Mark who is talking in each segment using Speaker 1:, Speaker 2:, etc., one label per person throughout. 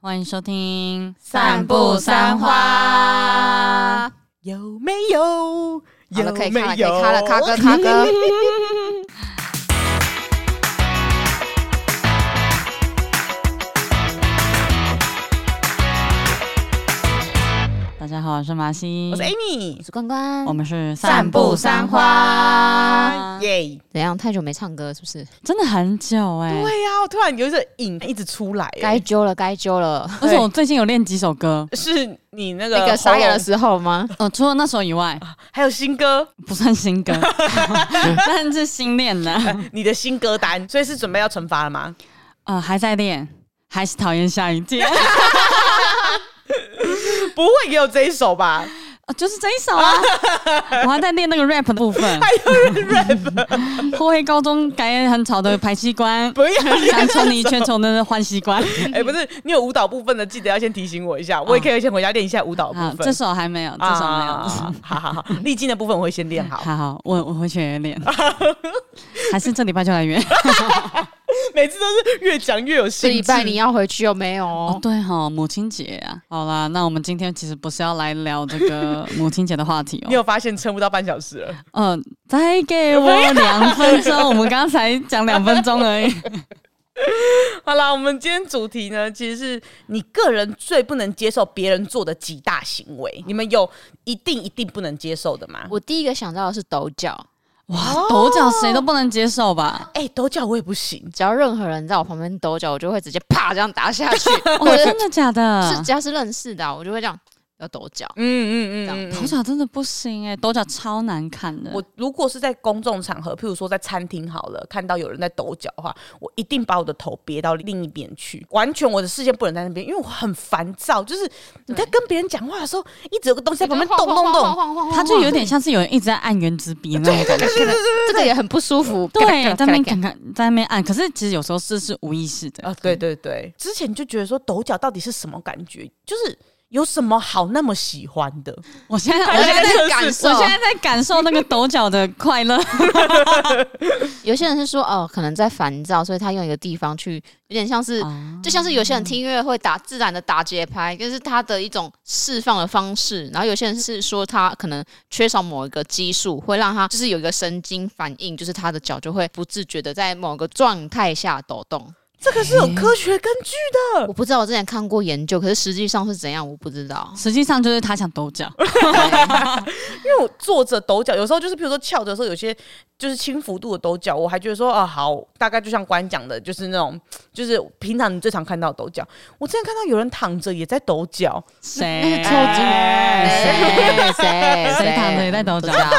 Speaker 1: 欢迎收听《
Speaker 2: 散步三花》。
Speaker 3: 有没有？
Speaker 2: 好
Speaker 3: 有嗯
Speaker 2: 了，可以
Speaker 3: 没
Speaker 2: 看了，可以
Speaker 3: 有？
Speaker 2: 看了，卡哥，卡哥。
Speaker 1: 大家好，我是马西，
Speaker 3: 我是 Amy，
Speaker 2: 我是关关
Speaker 1: 我，们是
Speaker 3: 散步三
Speaker 1: 花
Speaker 3: 耶！
Speaker 2: 怎样？太久没唱歌是不是？
Speaker 1: 真的很久哎、
Speaker 3: 对呀，我突然有一阵瘾一直出来，
Speaker 2: 该
Speaker 3: 哎
Speaker 2: 揪了，该揪了。
Speaker 1: 而且我最近有练几首歌，
Speaker 3: 是你那个
Speaker 2: 那个沙哑
Speaker 3: 喉
Speaker 2: 的时候吗？
Speaker 1: 哦，除了那首以外，
Speaker 3: 咙，还有新歌，
Speaker 1: 不算新 歌，但是新练的，
Speaker 3: 你的新歌单，所以是准备要惩罚了吗？
Speaker 1: 呃，还在练，还是讨厌下一 届，
Speaker 3: 不会也有这一首吧？
Speaker 1: 啊就是这一首啊，我还在练那个 rap 的部分，
Speaker 3: 还有人 rap，
Speaker 1: 后黑高中感觉很吵的排气管，
Speaker 3: 不要
Speaker 1: 想抽你一圈抽的欢喜 关。
Speaker 3: 哎，不是，你有舞蹈部分的，记得要先提醒我一下，
Speaker 2: 啊
Speaker 3: 我也可以先回家练一下舞蹈部
Speaker 1: 好，这
Speaker 3: 分。
Speaker 1: 首还没有，这
Speaker 3: 啊，
Speaker 1: 首没有。
Speaker 3: 好好好，历经的部分我会先练好。
Speaker 1: 好好，我我回去 练，还是这礼拜就来约。
Speaker 3: 每次都是越讲越有
Speaker 2: 这
Speaker 3: 兴
Speaker 2: 礼
Speaker 3: 致。
Speaker 2: 拜你要回去有没
Speaker 1: 哦
Speaker 2: 有，？
Speaker 1: 对哈、哦，母亲节啊。好啦，那我们今天其实不是要来聊这个母亲节的话题
Speaker 3: 你
Speaker 1: 哦。
Speaker 3: 有发现撑不到半小时了？
Speaker 1: 嗯、再给我两分钟，我们刚才讲两分钟而已。
Speaker 3: 好啦，我们今天主题呢，其实是你个人最不能接受别人做的几大行为，你们有一定一定不能接受的吗？
Speaker 2: 哦我第一个想到的是抖脚，
Speaker 1: 哇，抖脚谁都不能接受 吧？
Speaker 3: 哎、抖脚我也不行，
Speaker 2: 只要任何人在我旁边抖脚，我就会直接啪这样打 下去。
Speaker 1: 哦，
Speaker 2: 我
Speaker 1: 真的假
Speaker 2: 是
Speaker 1: 的
Speaker 2: 只？要是认识的啊，我就会这样要抖脚。
Speaker 3: 嗯
Speaker 2: 嗯
Speaker 1: 抖脚真的不行哎、抖脚超难看的。
Speaker 3: 我如果是在公众场合，譬如说在餐厅好了，看到有人在抖脚的话，我一定把我的头别到另一边去，完全我的视线不能在那边，因为我很烦躁。就是你在跟别人讲话的时候，一直有个东西在旁边动动动，
Speaker 2: 动
Speaker 1: 它就有点像是有人一直在按原子笔那种感觉。
Speaker 2: 这个也很不舒服。
Speaker 1: 对，在那边
Speaker 2: 咔
Speaker 1: 看
Speaker 2: 咔咔咔咔
Speaker 1: 看，在那边按。可是其实有时候是是无意识的
Speaker 3: 啊，对对对，之前就觉得说抖脚到底是什么感觉，就是有什么好那么喜欢的？
Speaker 1: 我现在，
Speaker 3: 大
Speaker 1: 我
Speaker 3: 家
Speaker 1: 现在
Speaker 3: 在
Speaker 1: 在
Speaker 3: 测试
Speaker 1: 感受，我现在在感受那个抖脚的快乐。
Speaker 2: 有些人是说哦，可能在烦躁，所以他用一个地方去，有点像是，
Speaker 3: 哦
Speaker 1: 啊。
Speaker 2: 就像是有些人听音乐会打自然的打节拍，就是他的一种释放的方式。然后有些人是说他可能缺少某一个激素，会让他就是有一个神经反应，就是他的脚就会不自觉的在某个状态下抖动。
Speaker 3: 这个是有科学根据的。
Speaker 2: 我不知道我之前看过研究，可是实际上是怎样，我不 知道
Speaker 1: 实际上就是他想抖脚，
Speaker 3: 因为我坐着抖脚，有时候就是比如说翘着的时候，有些就是轻幅度的抖脚，我还觉得说啊好，大概就像关讲的，就是那种就是平常你最常看到的抖脚。我之前看到有人躺着也在抖脚，
Speaker 1: 谁
Speaker 2: 臭 直谁谁谁
Speaker 1: 谁躺着也在抖脚
Speaker 2: 不知道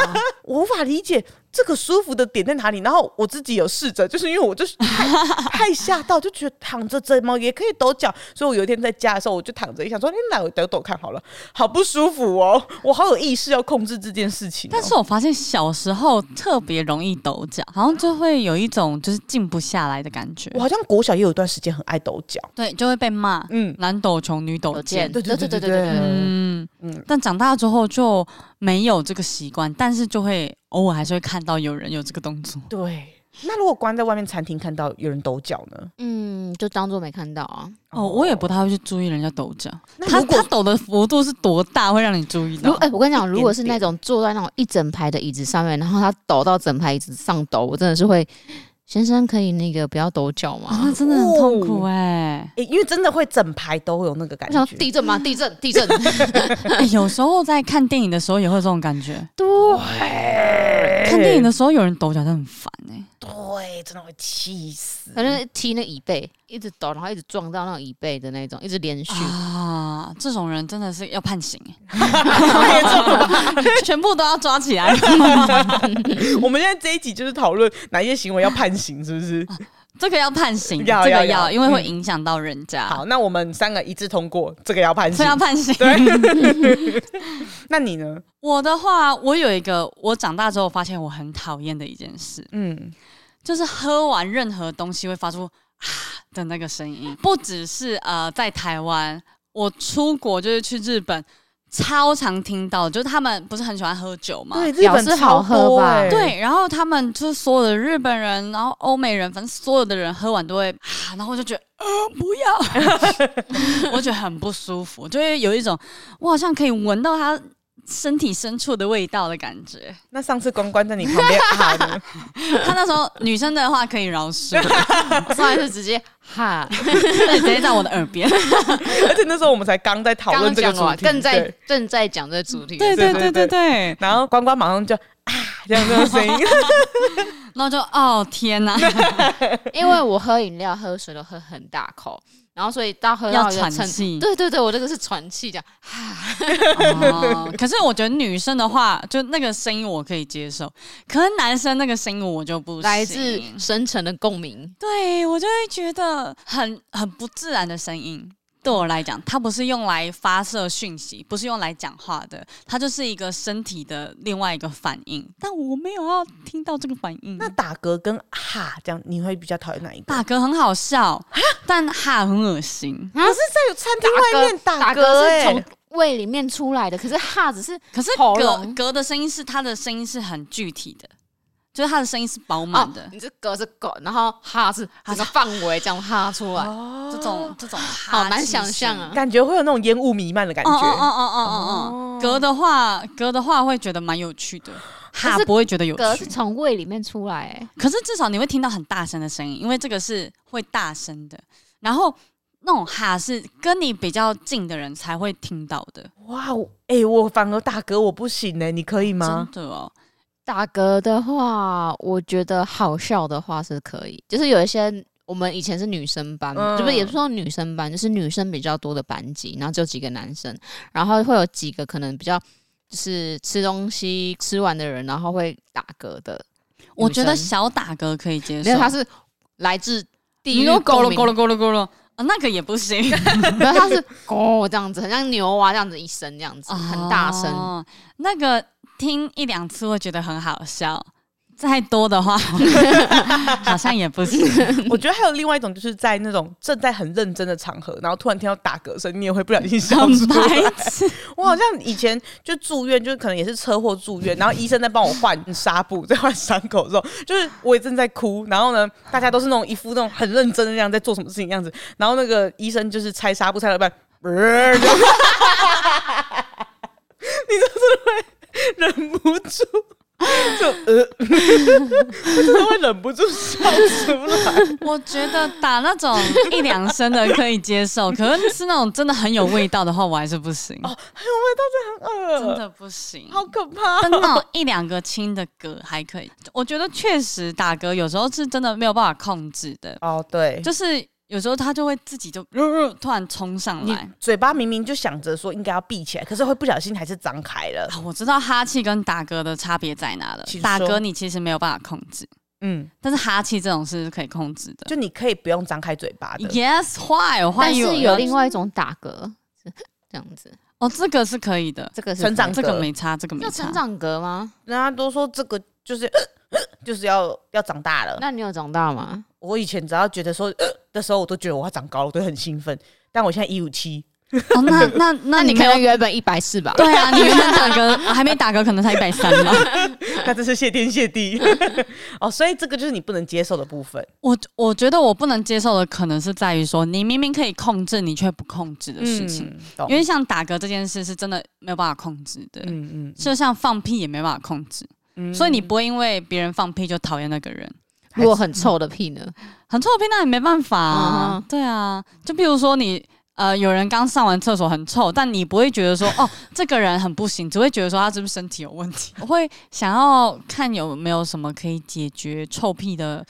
Speaker 3: 我无法理解这个舒服的点在哪里。然后我自己有试着，就是因为我就是太 太吓到，就觉得躺着怎么也可以抖脚，所以我有一天在家的时候，我就躺着，一想说，哎，那我抖抖看好了，好不舒服哦，我好有意识要控制这件事情、哦。
Speaker 1: 但是我发现小时候特别容易抖脚，好像就会有一种就是静不下来的感觉
Speaker 3: 我，好像国小也有一段时间很爱抖脚，
Speaker 1: 对，就会被骂
Speaker 3: 嗯
Speaker 1: 男抖穷女抖
Speaker 2: 有
Speaker 1: 贱
Speaker 2: 见，。
Speaker 3: 对对对对对
Speaker 1: 嗯
Speaker 3: 嗯
Speaker 1: 但长大之后就没有这个习惯，但是就会偶尔还是会看到有人有这个动作。
Speaker 3: 对。那如果关在外面餐厅看到有人抖脚呢？
Speaker 2: 嗯，就当做没看到啊。
Speaker 1: 哦，我也不太会去注意人家抖脚，
Speaker 3: 那
Speaker 1: 他
Speaker 3: 如果
Speaker 1: 他抖的幅度是多大，会让你注意
Speaker 2: 如
Speaker 1: 到
Speaker 2: 哎、？我跟你讲，
Speaker 3: 一
Speaker 2: 如果是
Speaker 3: 点点
Speaker 2: 那种坐在那种一整排的椅子上面，然后他抖到整排椅子上抖，我真的是会，先生可以那个不要抖脚
Speaker 1: 啊，
Speaker 2: 吗？
Speaker 1: 那真的很痛苦
Speaker 3: 哦
Speaker 1: 哎、
Speaker 3: 诶因为真的会整排都有那个感
Speaker 2: 我
Speaker 1: 哦
Speaker 2: 想
Speaker 3: 觉
Speaker 2: 说，地震吗？地震，地震。
Speaker 1: 哎有时候在看电影的时候也会有这种感觉，
Speaker 3: 对
Speaker 1: 看电影的时候有人抖脚，真的很烦哎、
Speaker 3: 对，真的会气死。
Speaker 2: 反正踢那椅背，一直抖，然后一直撞到那种椅背的那种，一直连续。
Speaker 1: 啊，这种人真的是要判刑、欸
Speaker 3: 太严重了吧
Speaker 1: 全部都要抓起来。
Speaker 3: 我们现在这一集就是讨论哪些行为要判刑，是不 是？
Speaker 2: 嗯
Speaker 1: 这个要判刑，
Speaker 3: 要
Speaker 1: 这个
Speaker 3: 要要
Speaker 1: 因为会影响到人家，
Speaker 3: 好，那我们三个一致通过，这个要判
Speaker 1: 所
Speaker 3: 刑
Speaker 1: 以。要判刑。
Speaker 3: 那你呢？
Speaker 1: 我的话，我有一个，我长大之后发现我很讨厌的一件事，
Speaker 3: 嗯，
Speaker 1: 就是喝完任何东西会发出啊的那个声音，不只是呃在台湾，我出国就是去日本，超常听到，就是他们不是很喜欢喝酒嘛，
Speaker 3: 对，日本
Speaker 2: 表示好喝吧
Speaker 3: 超多欸
Speaker 1: 对，然后他们就是所有的日本人，然后欧美人，反正所有的人喝完都会啊，然后我就觉得，呃不要， 我觉得很不舒服，就会有一种我好像可以闻到他身体深处的味道的感觉。
Speaker 3: 那上次公关在你旁 边喊呢，
Speaker 1: 他那时候女生的话可以饶恕，
Speaker 2: 上一次直接哈，
Speaker 1: 对直接在我的耳边。
Speaker 3: 而且那时候我们才刚在讨论
Speaker 2: 刚
Speaker 3: 这个
Speaker 2: 讲
Speaker 3: 主
Speaker 2: 完，
Speaker 3: 题，
Speaker 2: 正在
Speaker 3: 对
Speaker 2: 正在讲这个主题，
Speaker 1: 对对对对对，
Speaker 3: 然后关关马上就啊这样这种声音，
Speaker 1: 然后就哦天 哪，
Speaker 2: 因为我喝饮料、喝水都喝很大口，然后所以到喝到
Speaker 1: 要
Speaker 2: 一个
Speaker 1: 喘
Speaker 2: 程
Speaker 1: 气。
Speaker 2: 对对对，我这个是喘气这样，
Speaker 1: 哦，可是我觉得女生的话，就那个声音我可以接受，可是男生那个声音我就不行。
Speaker 2: 来自深层的共鸣。
Speaker 1: 对我就会觉得很很不自然的声音。对我来讲，它不是用来发射讯息，不是用来讲话的，它就是一个身体的另外一个反应。但我没有要听到这个反应。
Speaker 3: 那打嗝跟哈这样，你会比较讨厌哪一个？
Speaker 1: 打嗝很好笑，但哈很恶心。
Speaker 3: 可是，在有餐厅
Speaker 2: 嗝
Speaker 3: 外面打
Speaker 2: 嗝欸是
Speaker 3: 哎
Speaker 2: 从，胃里面出来的，可是哈只是
Speaker 1: 可是
Speaker 2: 喉
Speaker 1: 嗝
Speaker 2: 咙
Speaker 1: 嗝的声音是它的声音是很具体的，就是它的声音是饱满的、
Speaker 2: 哦你这嗝是嗝，然后哈是整个范围这样哈出来，
Speaker 1: 这种这种哈
Speaker 2: 哦好难
Speaker 1: 气
Speaker 2: 想象
Speaker 1: 声
Speaker 2: 啊。
Speaker 3: 感觉会有那种烟雾弥漫的感
Speaker 1: 哦哦哦
Speaker 3: 觉。
Speaker 1: 哦哦哦哦，隔的话，隔的话会觉得蛮有趣的，哈
Speaker 2: 是
Speaker 1: 不会觉得有
Speaker 2: 嗝是
Speaker 1: 趣。
Speaker 2: 从胃里面出来、欸，
Speaker 1: 可是至少你会听到很大声的声音，因为这个是会大声的。然后那种哈是跟你比较近的人才会听到的，
Speaker 3: 哇，哎，我反而打嗝我不行欸呢，你可以吗
Speaker 1: 真？的哦。
Speaker 2: 打嗝的话，我觉得好笑的话是可以，就是有一些我们以前是女生班，
Speaker 3: 嗯
Speaker 2: 就不是也不是说女生班，就是女生比较多的班级，然后只有几个男生，然后会有几个可能比较就是吃东西吃完的人，然后会打嗝的，
Speaker 1: 我觉得小打嗝可以接受，
Speaker 2: 没有，他是来自地
Speaker 1: 你
Speaker 2: 狱
Speaker 1: 说咕噜
Speaker 2: 共鸣
Speaker 1: 咕噜咕噜咕噜啊，那个也不行，
Speaker 2: 没有，它是咕这样子，很像牛啊蛙这样子一声这样子，很大声。
Speaker 1: 哦。那个听一两次会觉得很好笑，再多的 话好像也不行。
Speaker 3: 我觉得还有另外一种，就是在那种正在很认真的场合，然后突然听到打嗝声，你也会不小心笑出来。
Speaker 1: 痴，
Speaker 3: 我好像以前就住院，就是可能也是车祸住院，然后医生在帮我换纱布，在换伤口的时候，就是我也正在哭，然后呢，大家都是那种一副那种很认真的样子在做什么事情样子，然后那个医生就是拆纱布拆到一半，呃、 你就是会忍不住。就呃， 我真的会忍不住笑出来。
Speaker 1: 我觉得打那种一两声的可以接 受，可是是那种真的很有味道的话，我还是不行，
Speaker 2: 哦
Speaker 3: 呃
Speaker 1: 真的不行。
Speaker 3: 好可怕！
Speaker 1: 但那种一两个轻的嗝还可以，我觉得确实打嗝有时候是真的没有办法控制的，
Speaker 3: 哦，对，
Speaker 1: 就是有时候他就会自己就呃突然冲上
Speaker 3: 你
Speaker 1: 来。
Speaker 3: 嘴巴明明就想着说应该要闭起来，可是会不小心还是张开了。
Speaker 1: 啊，我知道哈气跟打嗝的差别在哪了
Speaker 3: 请。
Speaker 1: 打
Speaker 3: 说
Speaker 1: 嗝你其实没有办法控制，
Speaker 3: 嗯，
Speaker 1: 但是哈气这种是可以控制的。
Speaker 3: 就你可以不用张开嘴巴的。
Speaker 1: Yes, why?
Speaker 2: 但
Speaker 1: Why
Speaker 2: 是有另外一种打嗝，是这样子，
Speaker 1: 哦，这个是可以的，
Speaker 2: 这个是
Speaker 3: 成长
Speaker 1: 这个
Speaker 3: 嗝
Speaker 1: 没差，这个没
Speaker 2: 叫
Speaker 1: 差
Speaker 2: 成。长嗝吗？
Speaker 3: 人家都说这个就是、 就是要要长大了。
Speaker 2: 那你有长大吗？
Speaker 1: 嗯
Speaker 3: 我以前只要觉得说、 呃、的时候，我都觉得我要长高了，我都很兴奋。但我现在一五七，
Speaker 1: 哦，那那那
Speaker 2: 那
Speaker 1: 你
Speaker 2: 你
Speaker 1: 没
Speaker 2: 可能
Speaker 1: 有？
Speaker 2: 原本一百四吧。
Speaker 1: 对啊，你原本打嗝还没打嗝，可能才一百三吧。
Speaker 3: 那真是谢天谢地 哦。所以这个就是你不能接受的部分。
Speaker 1: 我我觉得我不能接受的，可能是在于说，你明明可以控制，你却不控制的事情。
Speaker 3: 嗯，懂
Speaker 1: 因为像打嗝这件事，是真的没有办法控制的，
Speaker 3: 嗯嗯
Speaker 1: 就像放屁也没办法控制，
Speaker 3: 嗯
Speaker 1: 所以你不会因为别人放屁就讨厌那个人。
Speaker 2: 如果很臭的屁呢？
Speaker 1: 很臭的屁那也没办法、啊
Speaker 2: 嗯哼
Speaker 1: 对啊，就比如说你呃，有人刚上完厕所很臭，但你不会觉得 说哦，这个人很不行，只会觉得说他是不是身体有问 题。我会想要看有没有什么可以解决臭屁的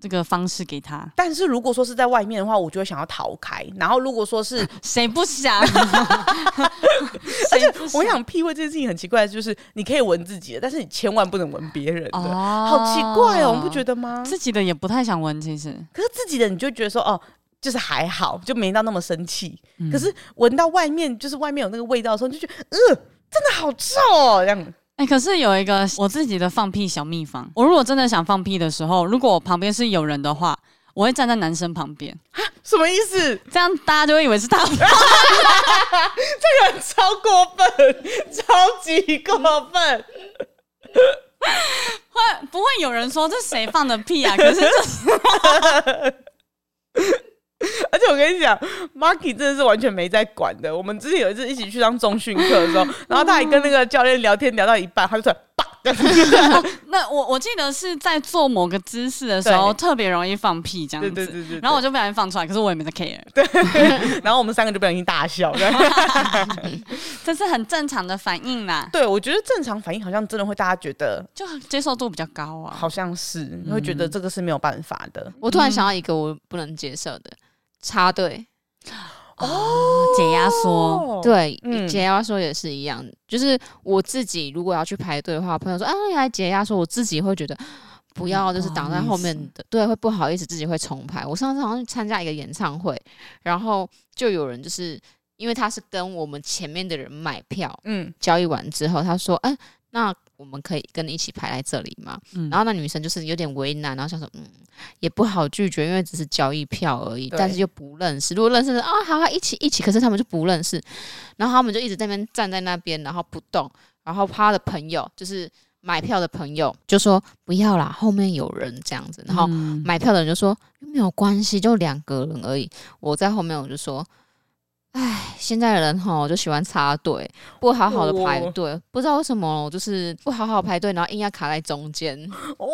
Speaker 1: 这个方式给他。
Speaker 3: 但是如果说是在外面的话，我就会想要逃开。然后如果说是
Speaker 1: 谁不 想？而且
Speaker 3: 我想屁味这件事情很奇怪，就是你可以闻自己的，但是你千万不能闻别人的，
Speaker 1: 哦
Speaker 3: 好奇怪哦，你不觉得吗？
Speaker 1: 自己的也不太想闻，其实。
Speaker 3: 可是自己的你就觉得说哦。就是还好，就没到那么生气。可是闻到外面，就是外面有那个味道的时候，你就觉得，呃，真的好臭哦，这样。
Speaker 1: 哎、可是有一个我自己的放屁小秘方，我如果真的想放屁的时候，如果我旁边是有人的话，我会站在男生旁边，
Speaker 3: 什么意思？
Speaker 1: 这样大家就会以为是他
Speaker 3: 超过分， 超级过分。
Speaker 1: 会不会有人说这谁放的屁啊？可是这
Speaker 3: 而且我跟你讲，Marky 真的是完全没在管的。我们之前有一次一起去上中训课的时候，然后他还跟那个教练聊天聊到一半，他就突然啪，
Speaker 1: 那我我记得是在做某个姿势的时候，
Speaker 3: 对
Speaker 1: 特别容易放屁这样
Speaker 3: 对
Speaker 1: 子。
Speaker 3: 对对对。
Speaker 1: 然后我就不小心放出来，可是我也没在 care，
Speaker 3: 对， 然后我们三个就不小心大 笑。这样
Speaker 1: 这是很正常的反应啦，
Speaker 3: 对，我觉得正常反应好像真的会大家觉得
Speaker 1: 就接受度比较高啊。
Speaker 3: 好像是，你会觉得这个是没有办法的。
Speaker 2: 我突然想到一个我不能接受的插队，
Speaker 1: 哦解压缩，
Speaker 3: 哦，
Speaker 2: 对，
Speaker 3: 嗯
Speaker 2: 解压缩也是一样，就是我自己如果要去排队的话，朋友说啊，你来解压缩，我自己会觉得。不要，就是挡在后面的，对，会不好意思，自己会重排。我上次好像去参加一个演唱会，然后就有人就是因为他是跟我们前面的人买票，
Speaker 3: 嗯，
Speaker 2: 交易完之后，他说：“嗯、那我们可以跟你一起排在这里吗？”
Speaker 1: 嗯
Speaker 2: 然后那女生就是有点为难，然后想说：“嗯，也不好拒绝，因为只是交易票而已，
Speaker 3: 对
Speaker 2: 但是又不认识。如果认识的啊，好啊，一起一起。可是他们就不认识，然后他们就一直在那边站在那边，然后不动。然后他的朋友就是买票的朋友就说：不要啦，后面有人这样子。然后
Speaker 1: 嗯
Speaker 2: 买票的人就说没有关系，就两个人而已。我在后面我就说，唉，现在的人吼就喜欢插队，不好好的排
Speaker 3: 哦
Speaker 2: 队，不知道为什么我就是不好好排队，然后硬要卡在中间。
Speaker 3: 哦，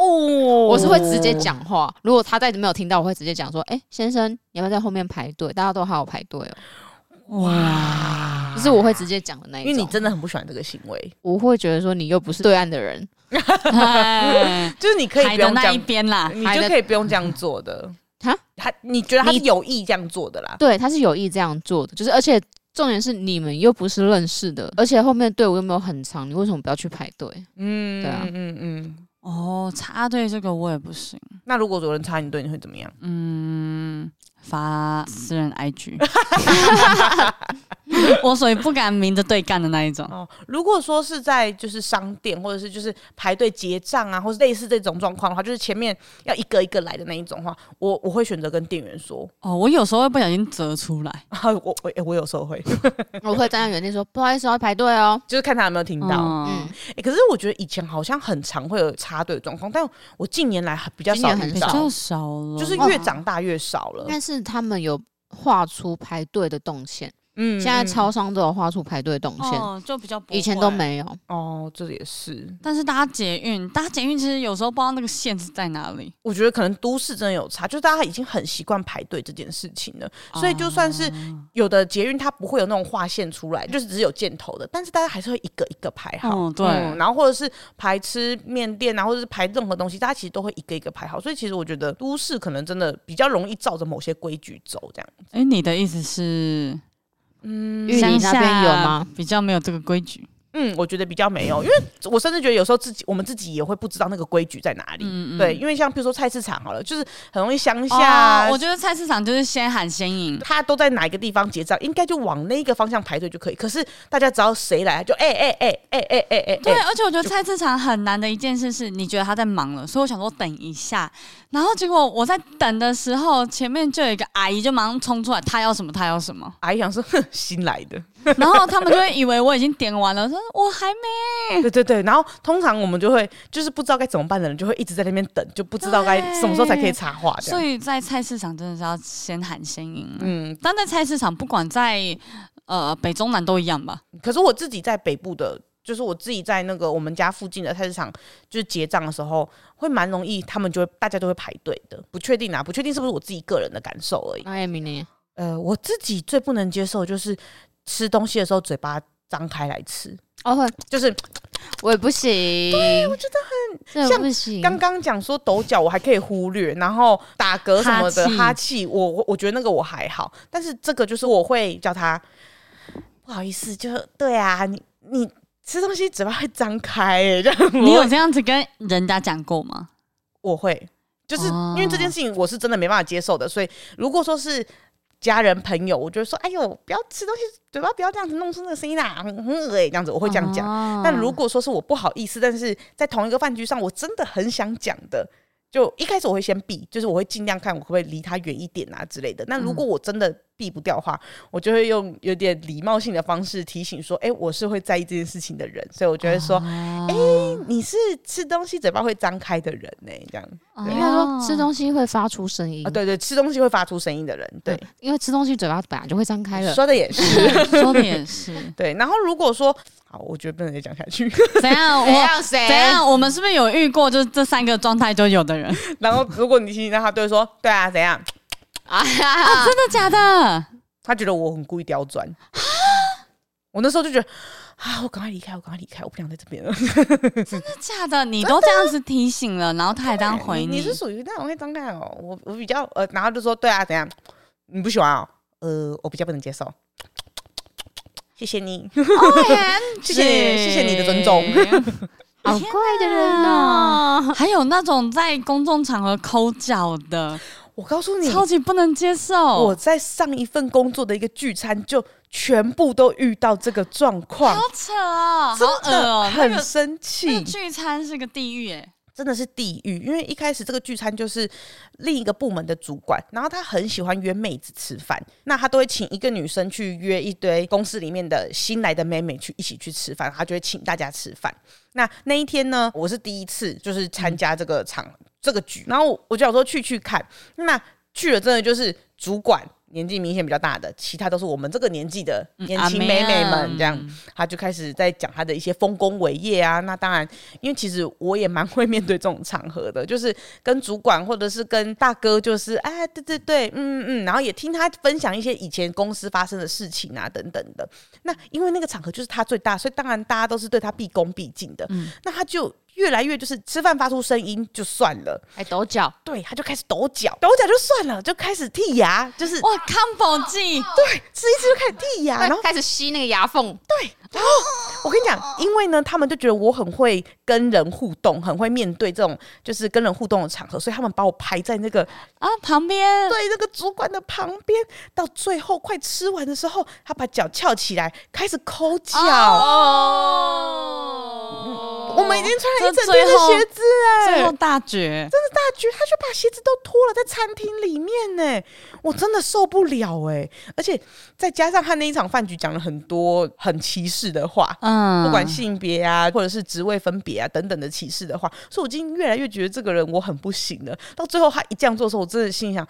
Speaker 2: 我是会直接讲话，如果他再没有听到，我会直接讲说，哎、先生，你要不要在后面排队？大家都好好排队哦、
Speaker 1: 哇，
Speaker 2: 就是我会直接讲的那一
Speaker 3: 啊因
Speaker 2: 种，
Speaker 3: 为你真的很不喜欢这个行为，
Speaker 2: 我会觉得说你又不是对岸的人，
Speaker 1: 哎
Speaker 3: 就是你可以
Speaker 1: 海
Speaker 3: 不
Speaker 1: 的
Speaker 3: 用这
Speaker 1: 那一
Speaker 3: 样，
Speaker 1: 边 啦，
Speaker 3: 你
Speaker 2: 海
Speaker 3: 就
Speaker 2: 的嗯
Speaker 3: 可以不用这样做的。
Speaker 2: 哈，
Speaker 3: 他你觉得他是
Speaker 2: 你
Speaker 3: 有意这样做的啦？
Speaker 2: 对，他啊是有意这样做的，就是而且重点是你们又不是认识的，而且后面队伍又没有很长，你为什么不要去排队？
Speaker 3: 嗯，
Speaker 2: 对啊
Speaker 3: 嗯嗯嗯。
Speaker 1: 哦，插队这个我也不行，
Speaker 3: 那如果有人插你队，你会怎么样？
Speaker 1: 嗯，发私人 IG，我属于不敢明着对干的那一种。
Speaker 3: 哦，如果说是在就是商店或者是就是排队结账啊，或是类似这种状况的话，就是前面要一个一个来的那一种话，我我会选择跟店员说，
Speaker 1: 哦，我有时候会不小心折出来，
Speaker 3: 啊、我我、欸我有时 候会，
Speaker 2: 我会站在原地说不好意思，要排队哦。
Speaker 3: 就是看他有没有听到。
Speaker 1: 嗯
Speaker 2: 嗯，，
Speaker 3: 欸可是我觉得以前好像很常会有插队的状况，但我近年来还比较
Speaker 2: 今
Speaker 3: 少
Speaker 2: 年
Speaker 3: 遇
Speaker 2: 很
Speaker 1: 比
Speaker 2: 少
Speaker 3: 到
Speaker 1: 较，少了，
Speaker 3: 就是
Speaker 2: 哦
Speaker 3: 越长大越少了。
Speaker 2: 嗯但是他们有画出排队的动线，
Speaker 3: 嗯
Speaker 2: 现在
Speaker 3: 嗯
Speaker 2: 超商都有画出排队动线，
Speaker 1: 哦，就比较不
Speaker 2: 以前都
Speaker 1: 会。
Speaker 2: 没有。
Speaker 3: 哦，这也是，
Speaker 1: 但是搭捷运，搭捷运其实有时候不知道那个线是在哪里，
Speaker 3: 我觉得可能都市真的有差，就是大家已经很习惯排队这件事情了，所以就算是
Speaker 1: 哦
Speaker 3: 有的捷运它不会有那种划线出来，就是只有箭头的，但是大家还是会一个一个排好。
Speaker 1: 哦，对，
Speaker 3: 嗯然后或者是排吃面店啊，或者是排任何东西，大家其实都会一个一个排好，所以其实我觉得都市可能真的比较容易照着某些规矩走，这样。
Speaker 1: 哎、你的意思是
Speaker 2: 嗯玉
Speaker 1: 乡
Speaker 2: 里那边有吗
Speaker 1: 下？比较没有这个规矩，
Speaker 3: 嗯，我觉得比较没有，因为我甚至觉得有时候自己我们自己也会不知道那个规矩在哪里。
Speaker 1: 嗯嗯，
Speaker 3: 对，因为像譬如说菜市场好了，就是很容易乡下啊、
Speaker 1: 下、哦我觉得菜市场就是先喊先赢，
Speaker 3: 他都在哪一个地方结账，应该就往那个方向排队就可以。可是大家只要谁来，就哎哎哎哎哎哎哎，
Speaker 1: 对，
Speaker 3: 哎
Speaker 1: 而且我觉得菜市场很难的一件事是，你觉得他在忙了，所以我想说等一下，然后结果我在等的时候，前面就有一个阿姨就马上冲出来，她要什么，她要什么，
Speaker 3: 阿姨想说，哼，新来的，
Speaker 1: 然后他们就会以为我已经点完了，说我还没，
Speaker 3: 对对对。然后通常我们就会就是不知道该怎么办的人，就会一直在那边等，就不知道该
Speaker 1: 对
Speaker 3: 什么时候才可以插话这
Speaker 1: 所
Speaker 3: 样。
Speaker 1: 以在菜市场真的是要先喊先赢，
Speaker 3: 啊
Speaker 1: 啊
Speaker 3: 嗯，
Speaker 1: 但在菜市场不管在呃北中南都一样吧，
Speaker 3: 可是我自己在北部的，就是我自己在那个我们家附近的菜市场，就是结账的时候，会蛮容易，他们就会大家都会排队的。不确定啊，不确定是不是我自己个人的感受而已。
Speaker 2: 那也明年
Speaker 3: 呃，我自己最不能接受的就是吃东西的时候嘴巴张开来吃，
Speaker 2: 哦，会
Speaker 3: 就是
Speaker 1: 嗯
Speaker 2: 我也不行。对，我觉得很
Speaker 3: 像
Speaker 2: 不行。
Speaker 3: 刚刚讲说抖脚我还可以忽略，然后打嗝什么的
Speaker 1: 哈气
Speaker 3: 哈气，我我我觉得那个我还好，但是这个就是我会叫他不好意思，就对啊，你你吃东西嘴巴会张开、欸， 这样 我
Speaker 1: 你有
Speaker 3: 会
Speaker 1: 这样子跟人家讲过吗？
Speaker 3: 我会，就是
Speaker 1: 哦
Speaker 3: 因为这件事情我是真的没办法接受的，所以如果说是。家人朋友，我就会说，哎呦，不要吃东西，嘴巴不要这样子弄出那个声音啦，很很恶欸这样子我会这样讲。
Speaker 2: 嗯
Speaker 1: 哦
Speaker 3: 但如果说是我不好意思，但是在同一个饭局上，我真的很想讲的，就一开始我会先避，就是我会尽量看我可不可以离他远一点啊之类的。那如
Speaker 2: 嗯
Speaker 3: 果我真的避不掉的话，我就会用有点礼貌性的方式提醒说：“哎、我是会在意这件事情的人。”所以我就会
Speaker 2: 哦
Speaker 3: 说：“
Speaker 1: 哦
Speaker 3: 哎、你是吃东西嘴巴会张开的人呢、这样
Speaker 1: 哦
Speaker 2: 应该说吃东西会发出声音
Speaker 3: 啊，，对对，吃东西会发出声音的人，对，
Speaker 2: 因为吃东西嘴巴本来就会张开了。
Speaker 3: 说的也是。
Speaker 1: 说的也是，
Speaker 3: 对，然后如果说好，我觉得不能再讲下去。
Speaker 1: 怎样
Speaker 2: 怎
Speaker 1: 我。
Speaker 2: 样谁？
Speaker 1: 怎样？我们是不是有遇过就是这三个状态都有的人？ 真
Speaker 3: 然后如果你提醒他，他对说：“对啊，怎样？”
Speaker 2: 啊哈哈！
Speaker 1: 的假的？
Speaker 3: 他觉得我很故意 刁钻。我那时候就觉得啊，我赶快离开，我赶快离开，我不想在这边了。
Speaker 1: 真的假的？你都这样子提醒了，然后他还这样回
Speaker 3: 你
Speaker 1: 你，
Speaker 3: 是属于那种会张开哦，我我比较呃，然后就说对啊，怎样？你不喜欢哦？呃，我比较不能接受。谢谢你，
Speaker 1: 哦
Speaker 3: 谢谢你，谢谢你的 尊重。
Speaker 2: 好怪的人哦！
Speaker 1: 还有那种在公众场合抠脚的，
Speaker 3: 我告诉你，
Speaker 1: 超级不能接受。
Speaker 3: 我在上一份工作的一个聚餐就全部都遇到这个状况
Speaker 1: 好，扯哦，好
Speaker 3: 真
Speaker 1: 恶
Speaker 3: 的
Speaker 1: 哦，那
Speaker 3: 很
Speaker 1: 个
Speaker 3: 生
Speaker 1: 那
Speaker 3: 气
Speaker 1: 个。聚餐是个地狱耶。
Speaker 3: 真的是地狱，因为一开始这个聚餐就是另一个部门的主管，然后他很喜欢约妹子吃饭，那他都会请一个女生去约一堆公司里面的新来的妹妹去一起去吃饭，他就会请大家吃饭。那那一天呢，我是第一次就是参加这个场、
Speaker 1: 嗯
Speaker 3: 这个局，然后我就想说去去看，那去了真的就是主管。年纪明显比较大的，其他都是我们这个年纪的年轻
Speaker 1: 嗯
Speaker 3: 妹妹
Speaker 1: 阿妹啊
Speaker 3: 们，这样，他就开始在讲他的一些丰功伟业啊。那当然，因为其实我也蛮会面对这种场合的，就是跟主管或者是跟大哥，就是哎，对对对，嗯嗯，然后也听他分享一些以前公司发生的事情啊，等等的。那因为那个场合就是他最大，所以当然大家都是对他毕恭毕敬的。
Speaker 2: 嗯
Speaker 3: 那他就越来越就是吃饭发出声音就算了，
Speaker 2: 还抖脚，
Speaker 3: 对，他就开始抖脚，抖脚就算了，就开始剔牙，就是
Speaker 1: 哇，combo 技，
Speaker 3: 对，吃一吃就开始剔牙，然后
Speaker 2: 开始吸那个牙缝，
Speaker 3: 我跟你讲，因为呢，他们就觉得我很会跟人互动，很会面对这种就是跟人互动的场合，所以他们把我排在那个
Speaker 2: 嗯
Speaker 1: 啊，旁边
Speaker 3: 对那个主管的旁边。到最后快吃完的时候，他把脚翘起来，开始抠脚。
Speaker 1: 哦
Speaker 3: 我们已经穿了一整
Speaker 1: 这
Speaker 3: 天的
Speaker 1: 最后
Speaker 3: 鞋子哎、
Speaker 1: 哦最后大绝，
Speaker 3: 真的大局，他就把鞋子都脱了，在餐厅里面呢，我真的受不了哎！而且再加上他那一场饭局讲了很多很歧视的话，
Speaker 1: 嗯
Speaker 3: 不管性别啊，或者是职位分别啊等等的歧视的话，所以我已经越来越觉得这个人我很不行了。到最后他一这样做的时候，我真的心里想，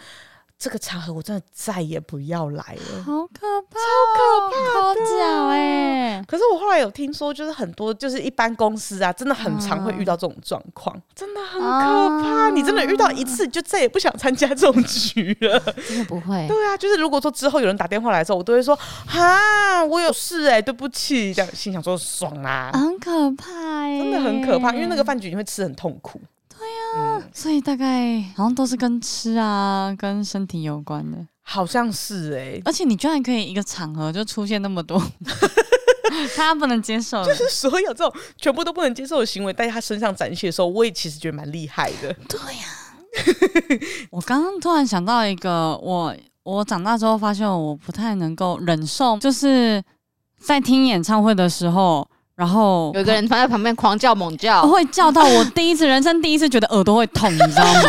Speaker 3: 这个场合我真的再也不要来 了。
Speaker 1: 好可怕哦，超可怕，抠脚哎，
Speaker 3: 可是我后来有听说，就是很多就是一般公司啊，真的很常会遇到这种状况，真的很可怕。你真的遇到一次，你就再也不想参加这种局了。
Speaker 2: 真的不 会。
Speaker 3: 对啊，就是如果说之后有人打电话来的时候，我都会说哈，我有事哎、对不起，这样心想说爽啦、
Speaker 1: 很可怕哎，
Speaker 3: 真的很可怕，因为那个饭局你会吃很痛苦。
Speaker 1: 所以大概好像都是跟吃啊、跟身体有关的，
Speaker 3: 好像是哎、
Speaker 1: 而且你居然可以一个场合就出现那么 多，他不能接受了。
Speaker 3: 就是所有这种全部都不能接受的行为，在他身上展现的时候，我也其实觉得蛮厉害 的。
Speaker 1: 我刚刚突然想到一个，我我长大之后发现我不太能够忍受，就是在听演唱会的时候，然后
Speaker 2: 有一个人放在旁边狂叫猛叫，
Speaker 1: 会叫到我第一次人生第一次觉得耳朵会痛，你知道 吗？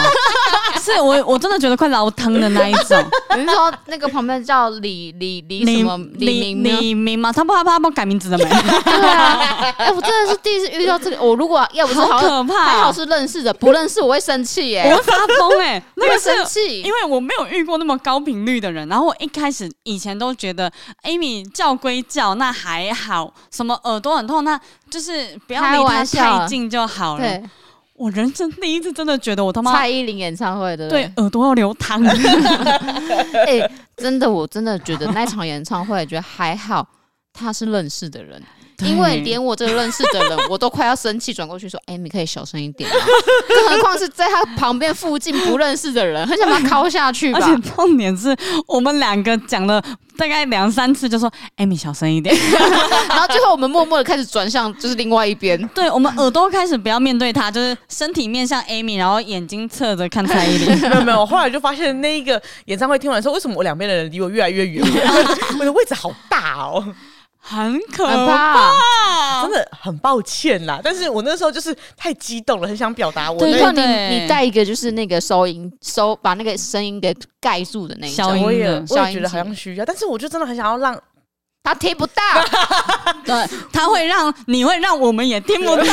Speaker 1: 是我我真的觉得快老疼的那一种。
Speaker 2: 你是说那个旁边叫李李李什么李明呢？
Speaker 1: 李明吗？他不他不他不改名字了没？
Speaker 2: 对啊，哎，我真的是第一次遇到这个，我如果要不 是
Speaker 1: 好
Speaker 2: 好
Speaker 1: 可怕！
Speaker 2: 还好是认识的，不认识我会生气耶、
Speaker 1: 我会发疯哎、 那
Speaker 2: 会
Speaker 1: 个是
Speaker 2: 生气，
Speaker 1: 因为我没有遇过那么高频率的人。然后我一开始以前都觉得 Amy 叫归叫，那还好，什么耳朵很痛，那就是不要
Speaker 2: 开
Speaker 1: 离他
Speaker 2: 玩笑
Speaker 1: 太近就好了。
Speaker 2: 对
Speaker 1: 我人生第一次真的觉得我他妈
Speaker 2: 蔡依林演唱会的，
Speaker 1: 对耳朵要流淌，
Speaker 2: 哎、真的，我真的觉得那场演唱会，觉得还好，他是认识的人，
Speaker 1: 对
Speaker 2: 因为连我这个认识的人，我都快要生气，转过去说：“哎、你可以小声一点吗？” 更何况是在他旁边附近不认识的人，很想把他敲下去吧
Speaker 1: 而？且重点是我们两个讲了大概两三次，就说 Amy 小声一点。
Speaker 2: 然后最后我们默默的开始转向，就是另外一边。
Speaker 1: 对我们耳朵开始不要面对他，就是身体面向 Amy，然后眼睛侧着看蔡依林。
Speaker 3: 没有没有，我后来就发现那 一个演唱会听完之后，为什么我两边的人离我越来越远？我的位置好大哦。
Speaker 1: 很 可
Speaker 2: 很
Speaker 1: 怕，
Speaker 2: 怕。
Speaker 3: 真的很抱歉啦，但是我那时候就是太激动了，很想表达我
Speaker 1: 对
Speaker 2: 对，
Speaker 3: 那
Speaker 2: 就
Speaker 1: 对
Speaker 2: 你
Speaker 1: 对
Speaker 2: 你带一个就是那个收音收把那个声音给盖住的那一
Speaker 1: 消
Speaker 2: 种，
Speaker 1: 音
Speaker 3: 我也
Speaker 1: 的
Speaker 3: 我
Speaker 2: 消
Speaker 3: 也
Speaker 2: 音
Speaker 3: 觉得好
Speaker 2: 机
Speaker 3: 像需要，但是我就真的很想要让
Speaker 2: 他听不到。
Speaker 1: 对，它会让你会让我们也听不到。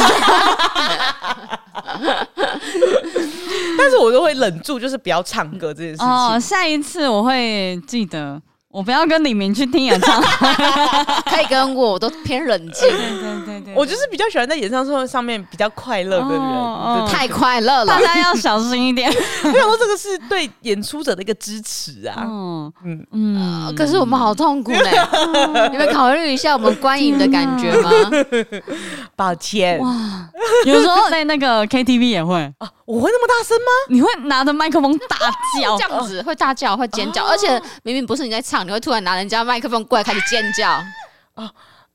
Speaker 3: 但是我都会忍住，就是不要唱歌这件事情。
Speaker 1: 哦，下一次我会记得，我不要跟李明去听演唱会。
Speaker 2: 可以跟我，我都偏冷静，
Speaker 1: 对对对对
Speaker 3: 我就是比较喜欢在演唱会上面比较快乐的人。
Speaker 1: 哦哦
Speaker 3: 对
Speaker 2: 太快乐了
Speaker 1: 大。家要小心一点。
Speaker 3: 我想说这个是对演出者的一个支持啊。
Speaker 1: 嗯
Speaker 3: 嗯
Speaker 1: 嗯，
Speaker 2: 呃可是我们好痛 苦嘞、你们考虑一下我们观影的感觉吗？
Speaker 3: 抱歉
Speaker 1: 哇，有时候在那个 KTV 也会，
Speaker 3: 啊，我会那么大声吗？
Speaker 1: 你会拿着麦克风大叫
Speaker 2: 这。样子会大叫，会尖叫，而
Speaker 3: 哦
Speaker 2: 且明明不是你在唱，你会突然拿人家麦克风过来开始尖 叫。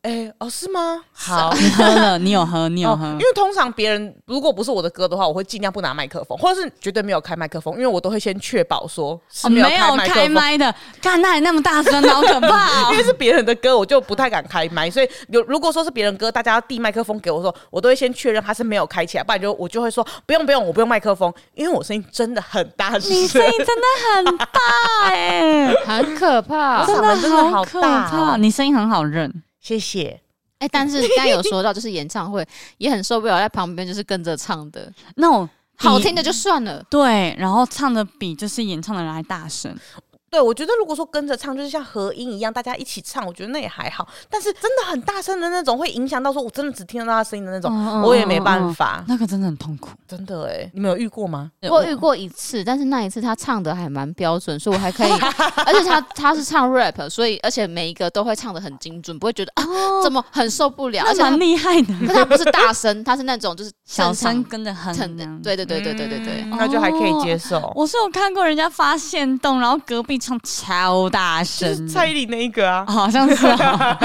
Speaker 3: 哎、哦，是吗？好。
Speaker 1: 你喝了，你有喝， 你有
Speaker 3: 哦
Speaker 1: 喝，
Speaker 3: 因为通常别人如果不是我的歌的话，我会尽量不拿麦克风，或者是绝对没有开麦克风，因为我都会先确保说是
Speaker 1: 哦
Speaker 3: 没有
Speaker 1: 没
Speaker 3: 开
Speaker 1: 有
Speaker 3: 麦克
Speaker 1: 开
Speaker 3: 风，
Speaker 1: 麦的，干那你那么大声，好可怕哦
Speaker 3: 因！为是别人的歌，我就不太敢开麦，所以有如果说是别人歌，大家要递麦克风给我说，我都会先确认他是没有开起来，不然就我就会说不用不用，我不用麦克风，因为我声音真的很大声，
Speaker 1: 你声音真的很大哎、
Speaker 2: 很可怕
Speaker 3: 我。嗓门真的好
Speaker 1: 可
Speaker 3: 大
Speaker 1: 怕！
Speaker 3: 哦
Speaker 1: 你声音很好认，
Speaker 3: 谢谢。
Speaker 2: 哎、但是刚才有说到，就是演唱会也很受不了，在旁边就是跟着唱的，
Speaker 1: 那种
Speaker 2: 好听的就算了。
Speaker 1: 对，然后唱的比就是演唱的人还大声。
Speaker 3: 对，我觉得如果说跟着唱，就是像合音一样，大家一起唱，我觉得那也还好。但是真的很大声的那种，会影响到说我真的只听得到他声音的那种，
Speaker 1: 嗯嗯
Speaker 3: 我也没
Speaker 1: 嗯
Speaker 3: 办
Speaker 1: 嗯
Speaker 3: 法。
Speaker 1: 那个真的很痛苦。
Speaker 3: 真的哎、你们有遇过吗？
Speaker 2: 我遇过一次，但是那一次他唱的还蛮标准，所以我还可 以，而且他他是唱 rap，所以而且每一个都会唱的很精准，不会觉得啊怎么很受不了，而
Speaker 1: 哦那
Speaker 2: 且他
Speaker 1: 蛮厉害的，
Speaker 2: 可他不是大声，他是那种就是
Speaker 1: 小
Speaker 2: 正常
Speaker 1: 声跟着很
Speaker 2: 很
Speaker 1: 这样
Speaker 2: 对对对对对对对，
Speaker 3: 嗯那就还可以接受。
Speaker 1: 我是有看过人家发现洞，然后隔壁唱超大
Speaker 3: 就
Speaker 1: 声
Speaker 3: 是蔡
Speaker 1: 的。哦
Speaker 3: 依林那一个啊，
Speaker 1: 好像是、啊，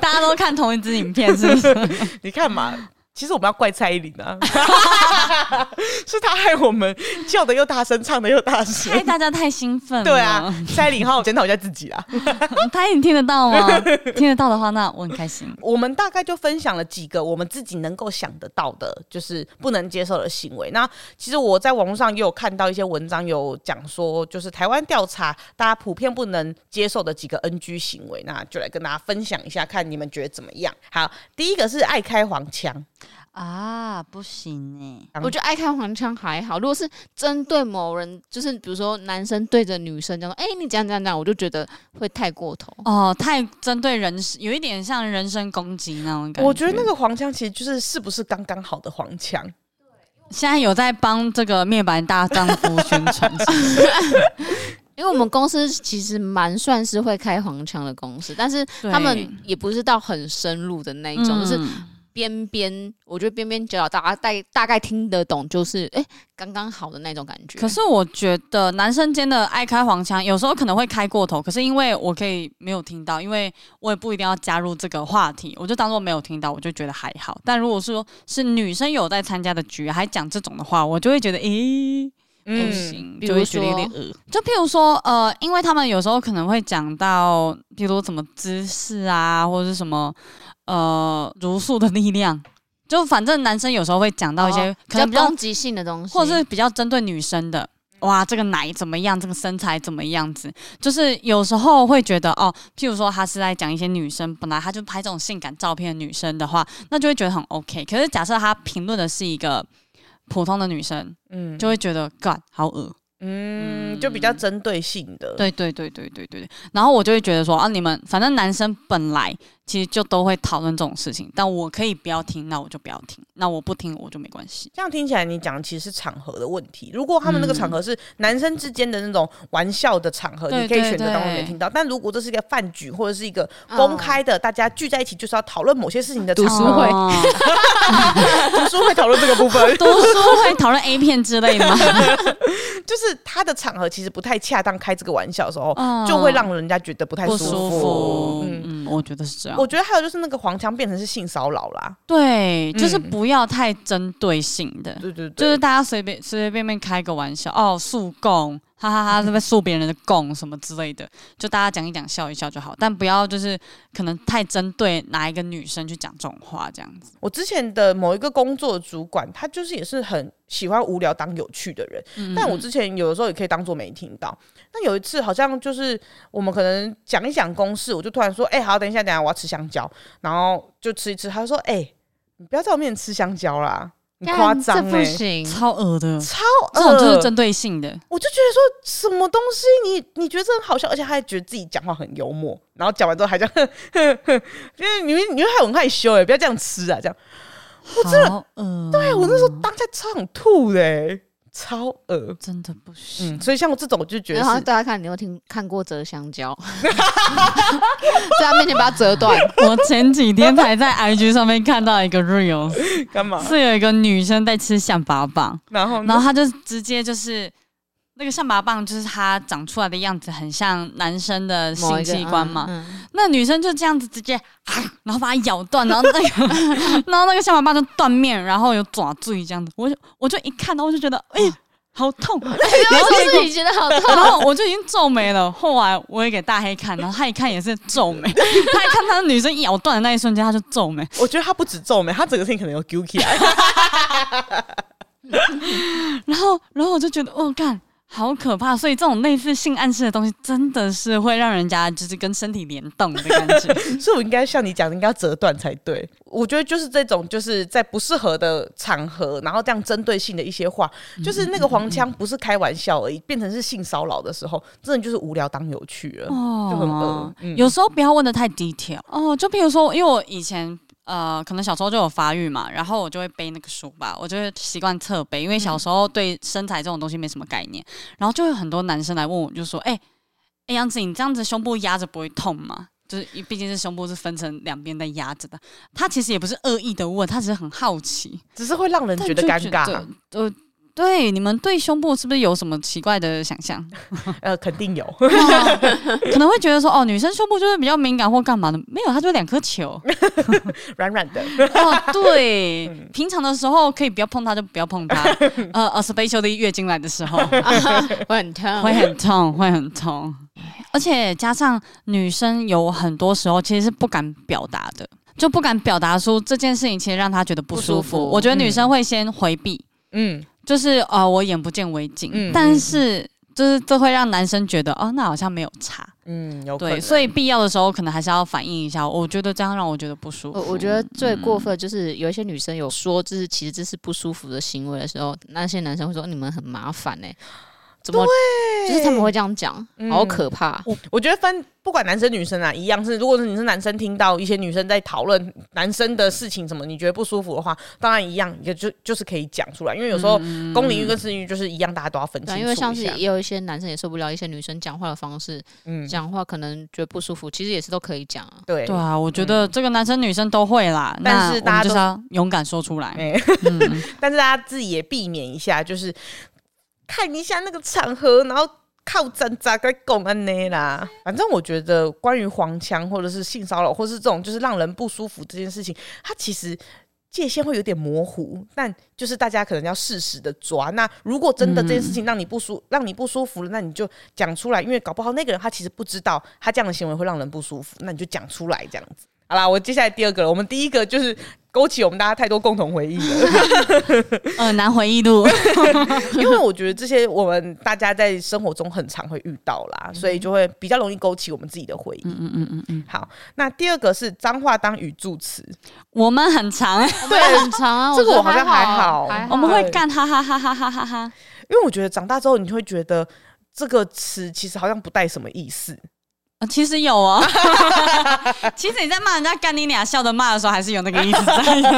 Speaker 1: 大家都看同一支影片，是不是？
Speaker 3: 你看 嘛，其实我们要怪蔡依林啊， 是她害我们叫的又大声，唱的又大声
Speaker 1: 哎，。大家太兴奋了。嗯
Speaker 3: 对啊，蔡依林好好检讨一下自己啊。
Speaker 1: 他你听得到吗？ 听得到的话，那我很开心。
Speaker 3: 我们大概就分享了几个我们自己能够想得到的，就是不能接受的行为。那其实我在网络上也有看到一些文章有讲说，就是台湾调查大家普遍不能接受的几个 NG 行为，那就来跟大家分享一下，看你们觉得怎么样。好，第一个是爱开黄腔，
Speaker 1: 啊，不行哎、
Speaker 3: 嗯
Speaker 2: 我觉得爱看黄腔还好，如果是针对某人，就是比如说男生对着女生这样说，哎、你讲讲讲，我就觉得会太过头。
Speaker 1: 哦，太针对人，有一点像人身攻击那种感觉。
Speaker 3: 我觉得那个黄腔其实就是是不是刚刚好的黄腔，
Speaker 1: 现在有在帮这个面板大丈夫宣 传，
Speaker 2: 因为我们公司其实蛮算是会开黄腔的公司，但是
Speaker 1: 对
Speaker 2: 他们也不是到很深入的那一种，就是
Speaker 1: 嗯
Speaker 2: 边边，我觉得边边角角大家大大概听得懂，就是哎刚刚好的那种感觉。
Speaker 1: 可是我觉得男生间的爱开黄腔，有时候可能会开过头，可是因为我可以没有听到，因为我也不一定要加入这个话题，我就当做没有听到，我就觉得还好。但如果是说是女生有在参加的局还讲这种的话，我就会觉得，咦、不
Speaker 3: 嗯
Speaker 1: 行，
Speaker 2: 比
Speaker 1: 就
Speaker 2: 如
Speaker 1: 会觉得有点
Speaker 2: 说
Speaker 1: 恶。就譬如嗯说，呃，因为他们有时候可能会讲到，譬如什么姿势啊，或者是什么呃儒术的力量，就反正男生有时候会讲到一些、
Speaker 2: 哦比
Speaker 1: 可
Speaker 2: 较
Speaker 1: 能比较
Speaker 2: 攻击性的东西，
Speaker 1: 或者是比较针对女生的。哇，这个奶怎么样？这个身材怎么样子？就是有时候会觉得哦，譬如说他是在讲一些女生，本来他就拍这种性感照片的女生的话，那就会觉得很 OK。可是假设他评论的是一个普通的女生，
Speaker 3: 嗯
Speaker 1: 就会觉得干好恶。
Speaker 3: 嗯，就比较针对性的，
Speaker 1: 对对对对对对对。然后我就会觉得说啊，你们反正男生本来其实就都会讨论这种事情，但我可以不要听，那我就不要听，那我不听我就没关系。
Speaker 3: 这样听起来，你讲的其实是场合的问题。如果他们那个场合是男生之间的那种玩笑的场合，
Speaker 1: 嗯对
Speaker 3: 你可以选择
Speaker 1: 对
Speaker 3: 当中没
Speaker 1: 对
Speaker 3: 听到；但如果这是一个饭局或者是一个
Speaker 2: 嗯
Speaker 3: 公开的，大家聚在一起就是要讨论某些事情的
Speaker 2: 读
Speaker 3: 场
Speaker 2: 书
Speaker 3: 合
Speaker 2: 会
Speaker 1: 哦，
Speaker 3: 读书会讨论这个部分
Speaker 1: 读书会讨论 A 片之类的吗？
Speaker 3: 就是他的场合其实不太恰当开这个玩笑的时候，
Speaker 1: 嗯
Speaker 3: 就会让人家觉得不太
Speaker 1: 不
Speaker 3: 舒
Speaker 1: 舒服。
Speaker 3: 嗯，
Speaker 1: 嗯，我觉得是这样
Speaker 3: 我。觉得还有就是那个黄腔变成是性骚扰啦，
Speaker 1: 对，
Speaker 3: 嗯
Speaker 1: 就是不要太针对性的，
Speaker 3: 对对对，
Speaker 1: 就是大家随便随随便便开个玩笑哦，速供哈哈
Speaker 3: 嗯
Speaker 1: 哈，这边诉别人的供什么之类的，就大家讲一讲，笑一笑就好，但不要就是可能太针对哪一个女生去讲这种话这样子。
Speaker 3: 我之前的某一个工作主管，他就是也是很喜欢无聊当有趣的人，
Speaker 1: 嗯
Speaker 3: 但我之前有的时候也可以当做没听到。那有一次好像就是我们可能讲一讲公事，我就突然说：“哎、好，等一下，等一下，我要吃香蕉。”然后就吃一吃，他就说：“哎、你不要在我面前吃香蕉啦，你夸张
Speaker 2: 这不
Speaker 3: 哎。”
Speaker 2: 行。
Speaker 1: 超恶的，
Speaker 3: 超
Speaker 1: 这种就是
Speaker 3: 恶
Speaker 1: 针对性的，
Speaker 3: 我就觉得说什么东西你，你觉得这很好笑，而且他还觉得自己讲话很幽默，然后讲完之后还这样， 因为你们你们还很害羞哎，不要这样吃啊，这样。
Speaker 1: 好恶，
Speaker 3: 对我那时候当下超想吐的欸、超恶。
Speaker 1: 真的不行。
Speaker 3: 嗯，所以像我这种，我就觉得
Speaker 2: 然后
Speaker 3: 是
Speaker 2: 大家看，你有听看过折香蕉， 在他面前把它折断，
Speaker 1: 我前几天才在 IG 上面看到一个 reels，
Speaker 3: 干嘛？
Speaker 1: 是有一个女生在吃象拔蚌，
Speaker 3: 然后
Speaker 1: 然
Speaker 3: 呢？
Speaker 1: 后她就直接就是那个象拔蚌，就是她长出来的样子很像男生的 性
Speaker 2: 某一个
Speaker 1: 器官嘛。
Speaker 2: 嗯 嗯
Speaker 1: 那女生就这样子直接，啊然后把它咬断，然后那个 然后那个象拔蚌就断面，然后有爪坠这样子。我就我就一看到我就觉得，哎、好痛！
Speaker 3: 哎
Speaker 1: 然后
Speaker 2: 为哦什么是你觉得好 痛？
Speaker 1: 然后我就已经皱眉了。后来我也给大黑看，然后他一看也是皱眉，他一看他的女生咬断的那一瞬间，他就皱眉。
Speaker 3: 我觉得他不止皱眉，他整个事情可能有啊 g u i l 来。
Speaker 1: 然后，然后我就觉得，哦，干，好可怕！所以这种类似性暗示的东西，真的是会让人家就是跟身体联动的感觉。
Speaker 3: 所以我应该像你讲的，应该要折断才对。我觉得就是这种，就是在不适合的场合，然后这样针对性的一些话，
Speaker 1: 嗯
Speaker 3: 就是那个黄腔不是开玩笑而已，变成是性骚扰的时候，真的就是无聊当有趣
Speaker 1: 嗯
Speaker 3: 了， 就很恶
Speaker 1: 哦。，
Speaker 3: 嗯
Speaker 1: 有时候不要问的太 detail 哦。就比如说，因为我以前呃，可能小时候就有发育嘛，然后我就会背那个书吧，我就会习惯侧背，因为小时候对身材这种东西没什么概念，然后就会很多男生来问我，就说：“哎、哎，杨子，你这样子胸部压着不会痛吗？”就是因为毕竟是胸部是分成两边在压着的，他其实也不是恶意的问，他只是很好奇，
Speaker 3: 只是会让人
Speaker 1: 但
Speaker 3: 觉得
Speaker 1: 就
Speaker 3: 尴尬
Speaker 1: 得。。呃，对，你们对胸部是不是有什么奇怪的想 象？哦
Speaker 3: 呃，肯定有，
Speaker 1: 可能会觉得说，哦，女生胸部就是比较敏感或干嘛的，没有，它就是两颗 球。
Speaker 3: 软软的。
Speaker 1: 哦，对，
Speaker 2: 嗯
Speaker 1: 平常的时候可以不要碰它，就不要碰 它。呃呃，especially 月经来的时候
Speaker 2: 会啊很痛，
Speaker 1: 会很痛，会很痛，而且加上女生有很多时候其实是不敢表达的，就不敢表达出这件事情，其实让她觉得不
Speaker 2: 不
Speaker 1: 舒
Speaker 2: 舒
Speaker 1: 服。
Speaker 2: 服
Speaker 1: 我觉得女生会先回避，
Speaker 3: 嗯，
Speaker 1: 就是呃，我眼不见为净，
Speaker 3: 嗯
Speaker 1: 但是就是这会让男生觉得哦，那好像没有差。
Speaker 3: 嗯，有可
Speaker 1: 对，
Speaker 3: 能。
Speaker 1: 所以必要的时候可能还是要反映一下。我觉得这样让我觉得不舒服。
Speaker 2: 我我觉得最过
Speaker 1: 嗯
Speaker 2: 分就是有一些女生有说，就是其实这是不舒服的行为的时候，那些男生会说哦你们很麻烦哎、怎么？就是他们会这样讲，
Speaker 1: 嗯
Speaker 2: 好可怕。
Speaker 3: 我觉得分不管男生女生啊，一样是。如果是你是男生，听到一些女生在讨论男生的事情什么，你觉得不舒服的话，当然一样，也就就是可以讲出来。因为有时候公领域跟私域就是一样，大家都要分清
Speaker 2: 嗯对，啊
Speaker 3: 楚
Speaker 2: 因为像
Speaker 3: 一
Speaker 2: 是
Speaker 3: 下
Speaker 2: 也有一些男生也受不了一些女生讲话的方式，
Speaker 3: 嗯，
Speaker 2: 讲话可能觉得不舒服，其实也是都可以讲啊。
Speaker 3: 对
Speaker 1: 对啊，我觉得这个男生女生都会啦，
Speaker 3: 嗯但
Speaker 1: 那
Speaker 3: 是
Speaker 1: 我们
Speaker 3: 大家
Speaker 1: 就
Speaker 3: 都
Speaker 1: 是要勇敢说出来。
Speaker 3: 哎但是大家自己也避免一下，就是看一下那个场合，然后。靠站站该拱安呢啦，反正我觉得关于黄腔或者是性骚扰，或是这种就是让人不舒服这件事情，它其实界限会有点模糊，但就是大家可能要适时的抓。那如果真的这件事情让你不舒、让你不舒服了，那你就讲出来，因为搞不好那个人他其实不知道他这样的行为会让人不舒服，那你就讲出来这样子。好啦，我接下来第二个了，我们第一个就是勾起我们大家太多共同回忆了。
Speaker 1: 呃，难回忆 录，
Speaker 3: 因为我觉得这些我们大家在生活中很常会遇到啦，所以就会比较容易勾起我们自己的回忆。
Speaker 1: 嗯嗯嗯嗯，
Speaker 3: 好，那第二个是脏话当语助词，
Speaker 1: 我们很长，
Speaker 3: 哎
Speaker 2: 对，很长啊，
Speaker 3: 这个
Speaker 2: 觉得
Speaker 3: 我好像还好
Speaker 2: 还
Speaker 1: 我们会
Speaker 3: 对
Speaker 1: 干哈哈哈哈哈哈哈。
Speaker 3: 因为我觉得长大之后你会觉得这个词其实好像不带什么 意思。
Speaker 1: 呃其实有 哦，其实你在骂人家干你俩笑着骂的时候，还是有那个意思在的。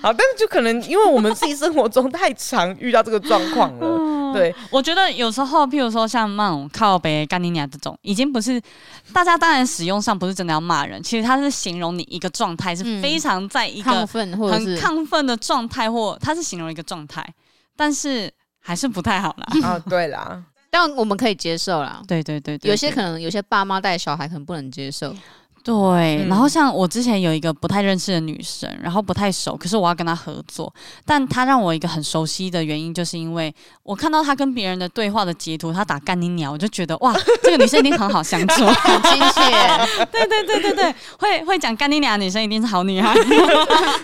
Speaker 3: 好，但是就可能因为我们自己生活中太常遇到这个状况
Speaker 1: 嗯
Speaker 3: 了，对，
Speaker 1: 我觉得有时候，譬如说像那种靠北干你娘这种，已经不是大家当然使用上不是真的要骂人，其实它是形容你一个状态，是
Speaker 2: 嗯
Speaker 1: 非常在一
Speaker 2: 亢
Speaker 1: 个
Speaker 2: 奋或者
Speaker 1: 很
Speaker 2: 是
Speaker 1: 亢奋的状态，或它是形容一个状态，但是还是不太好 啦。
Speaker 3: 啊，对啦，
Speaker 2: 但我们可以接受啦。
Speaker 1: 对对对对，
Speaker 2: 有些可能有些爸妈带小孩可能不能接受，
Speaker 1: 对，
Speaker 3: 嗯
Speaker 1: 然后像我之前有一个不太认识的女生，然后不太熟，可是我要跟她合作，但她让我一个很熟悉的原因，就是因为我看到她跟别人的对话的截图，她打干你鸟，我就觉得哇，这个女生一定很好相处。
Speaker 2: 很亲切，
Speaker 1: 对对对对对， 会会讲干你鸟的女生一定是好女孩。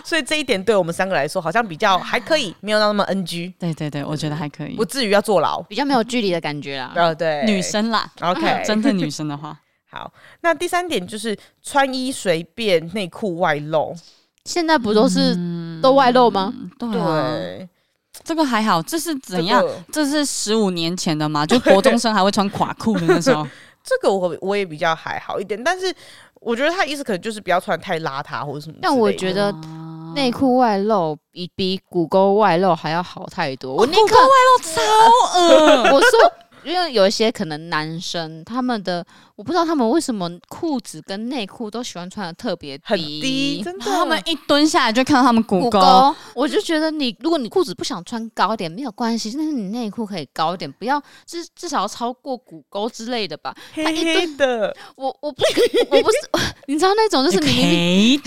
Speaker 3: 所以这一点对我们三个来说好像比较还可以，没有那么 NG，
Speaker 1: 对对对，我觉得还可以
Speaker 3: 不，至于要坐牢。
Speaker 2: 比较没有距离的感觉啦。
Speaker 3: 呃，对，
Speaker 1: 嗯女生啦
Speaker 3: OK
Speaker 1: 真的女生的话，
Speaker 3: 好。那第三点就是穿衣随便，内裤外露。
Speaker 2: 现在不都是都外露吗？
Speaker 1: 对啊，
Speaker 3: 对，
Speaker 1: 这个还好，这是怎
Speaker 3: 这
Speaker 1: 样？
Speaker 3: 个
Speaker 1: 这是十五年前的嘛，就国中生还会穿垮裤的那时 候。
Speaker 3: 这个我我也比较还好一点，但是我觉得他意思可能就是不要穿得太邋遢或者什么之类的。
Speaker 2: 但我觉得内裤外露比比骨沟外露还要好太多。我宁可
Speaker 1: 好恶
Speaker 2: 我说，因为有一些可能男生他们的，我不知道他们为什么裤子跟内裤都喜欢穿的特别
Speaker 3: 很低，真的。
Speaker 1: 啊他们一蹲下来就看到他们骨
Speaker 2: 骨
Speaker 1: 沟，
Speaker 2: 沟，我就觉得你，如果你裤子不想穿高一点没有关系，但是你内裤可以高一点，不要至至少要超过骨沟之类的吧。
Speaker 3: 黑
Speaker 2: 他一蹲
Speaker 3: 黑的，
Speaker 2: 我 我不我不是， 你知道那种就是你明明
Speaker 1: 你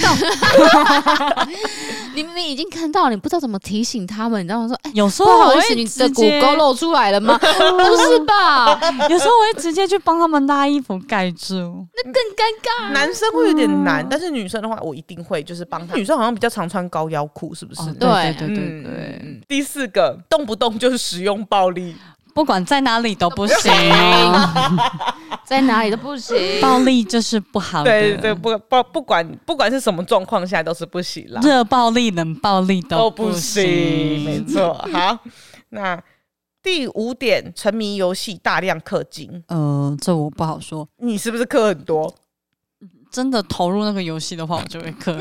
Speaker 2: 你明明已经看到了，你不知道怎么提醒他们，你知道吗？说哎、
Speaker 1: 有时
Speaker 2: 不
Speaker 1: 候我
Speaker 2: 好意
Speaker 1: 会
Speaker 2: 思，你
Speaker 1: 直
Speaker 2: 的骨
Speaker 1: 接
Speaker 2: 沟， 露出来了吗？不是吧？
Speaker 1: 有时候我会直接去帮他们拉衣服盖住。
Speaker 2: 那更尴尬。
Speaker 3: 男生会有
Speaker 1: 嗯
Speaker 3: 点难，但是女生的话，我一定会就是帮他。女生好像比较常穿高腰裤，是不是？
Speaker 1: 哦，对对
Speaker 2: 对
Speaker 1: 对对
Speaker 3: 嗯
Speaker 1: 对，
Speaker 3: 嗯第四个，动不动就是使用暴力，
Speaker 1: 不管在哪里都不行，哦
Speaker 2: 在哪里都不行。
Speaker 1: 暴力就是不好的。
Speaker 3: 对对对，不不不管不管是什么状况下都是不行 啦，
Speaker 1: 热暴力、冷暴力
Speaker 3: 都
Speaker 1: 都
Speaker 3: 不
Speaker 1: 不
Speaker 3: 行，没
Speaker 1: 行。
Speaker 3: 错。好，那第五点，沉迷游戏，大量氪金，
Speaker 1: 呃，这我不好说。
Speaker 3: 你是不是氪很多？
Speaker 1: 真的投入那个游戏的话，我就会 氪。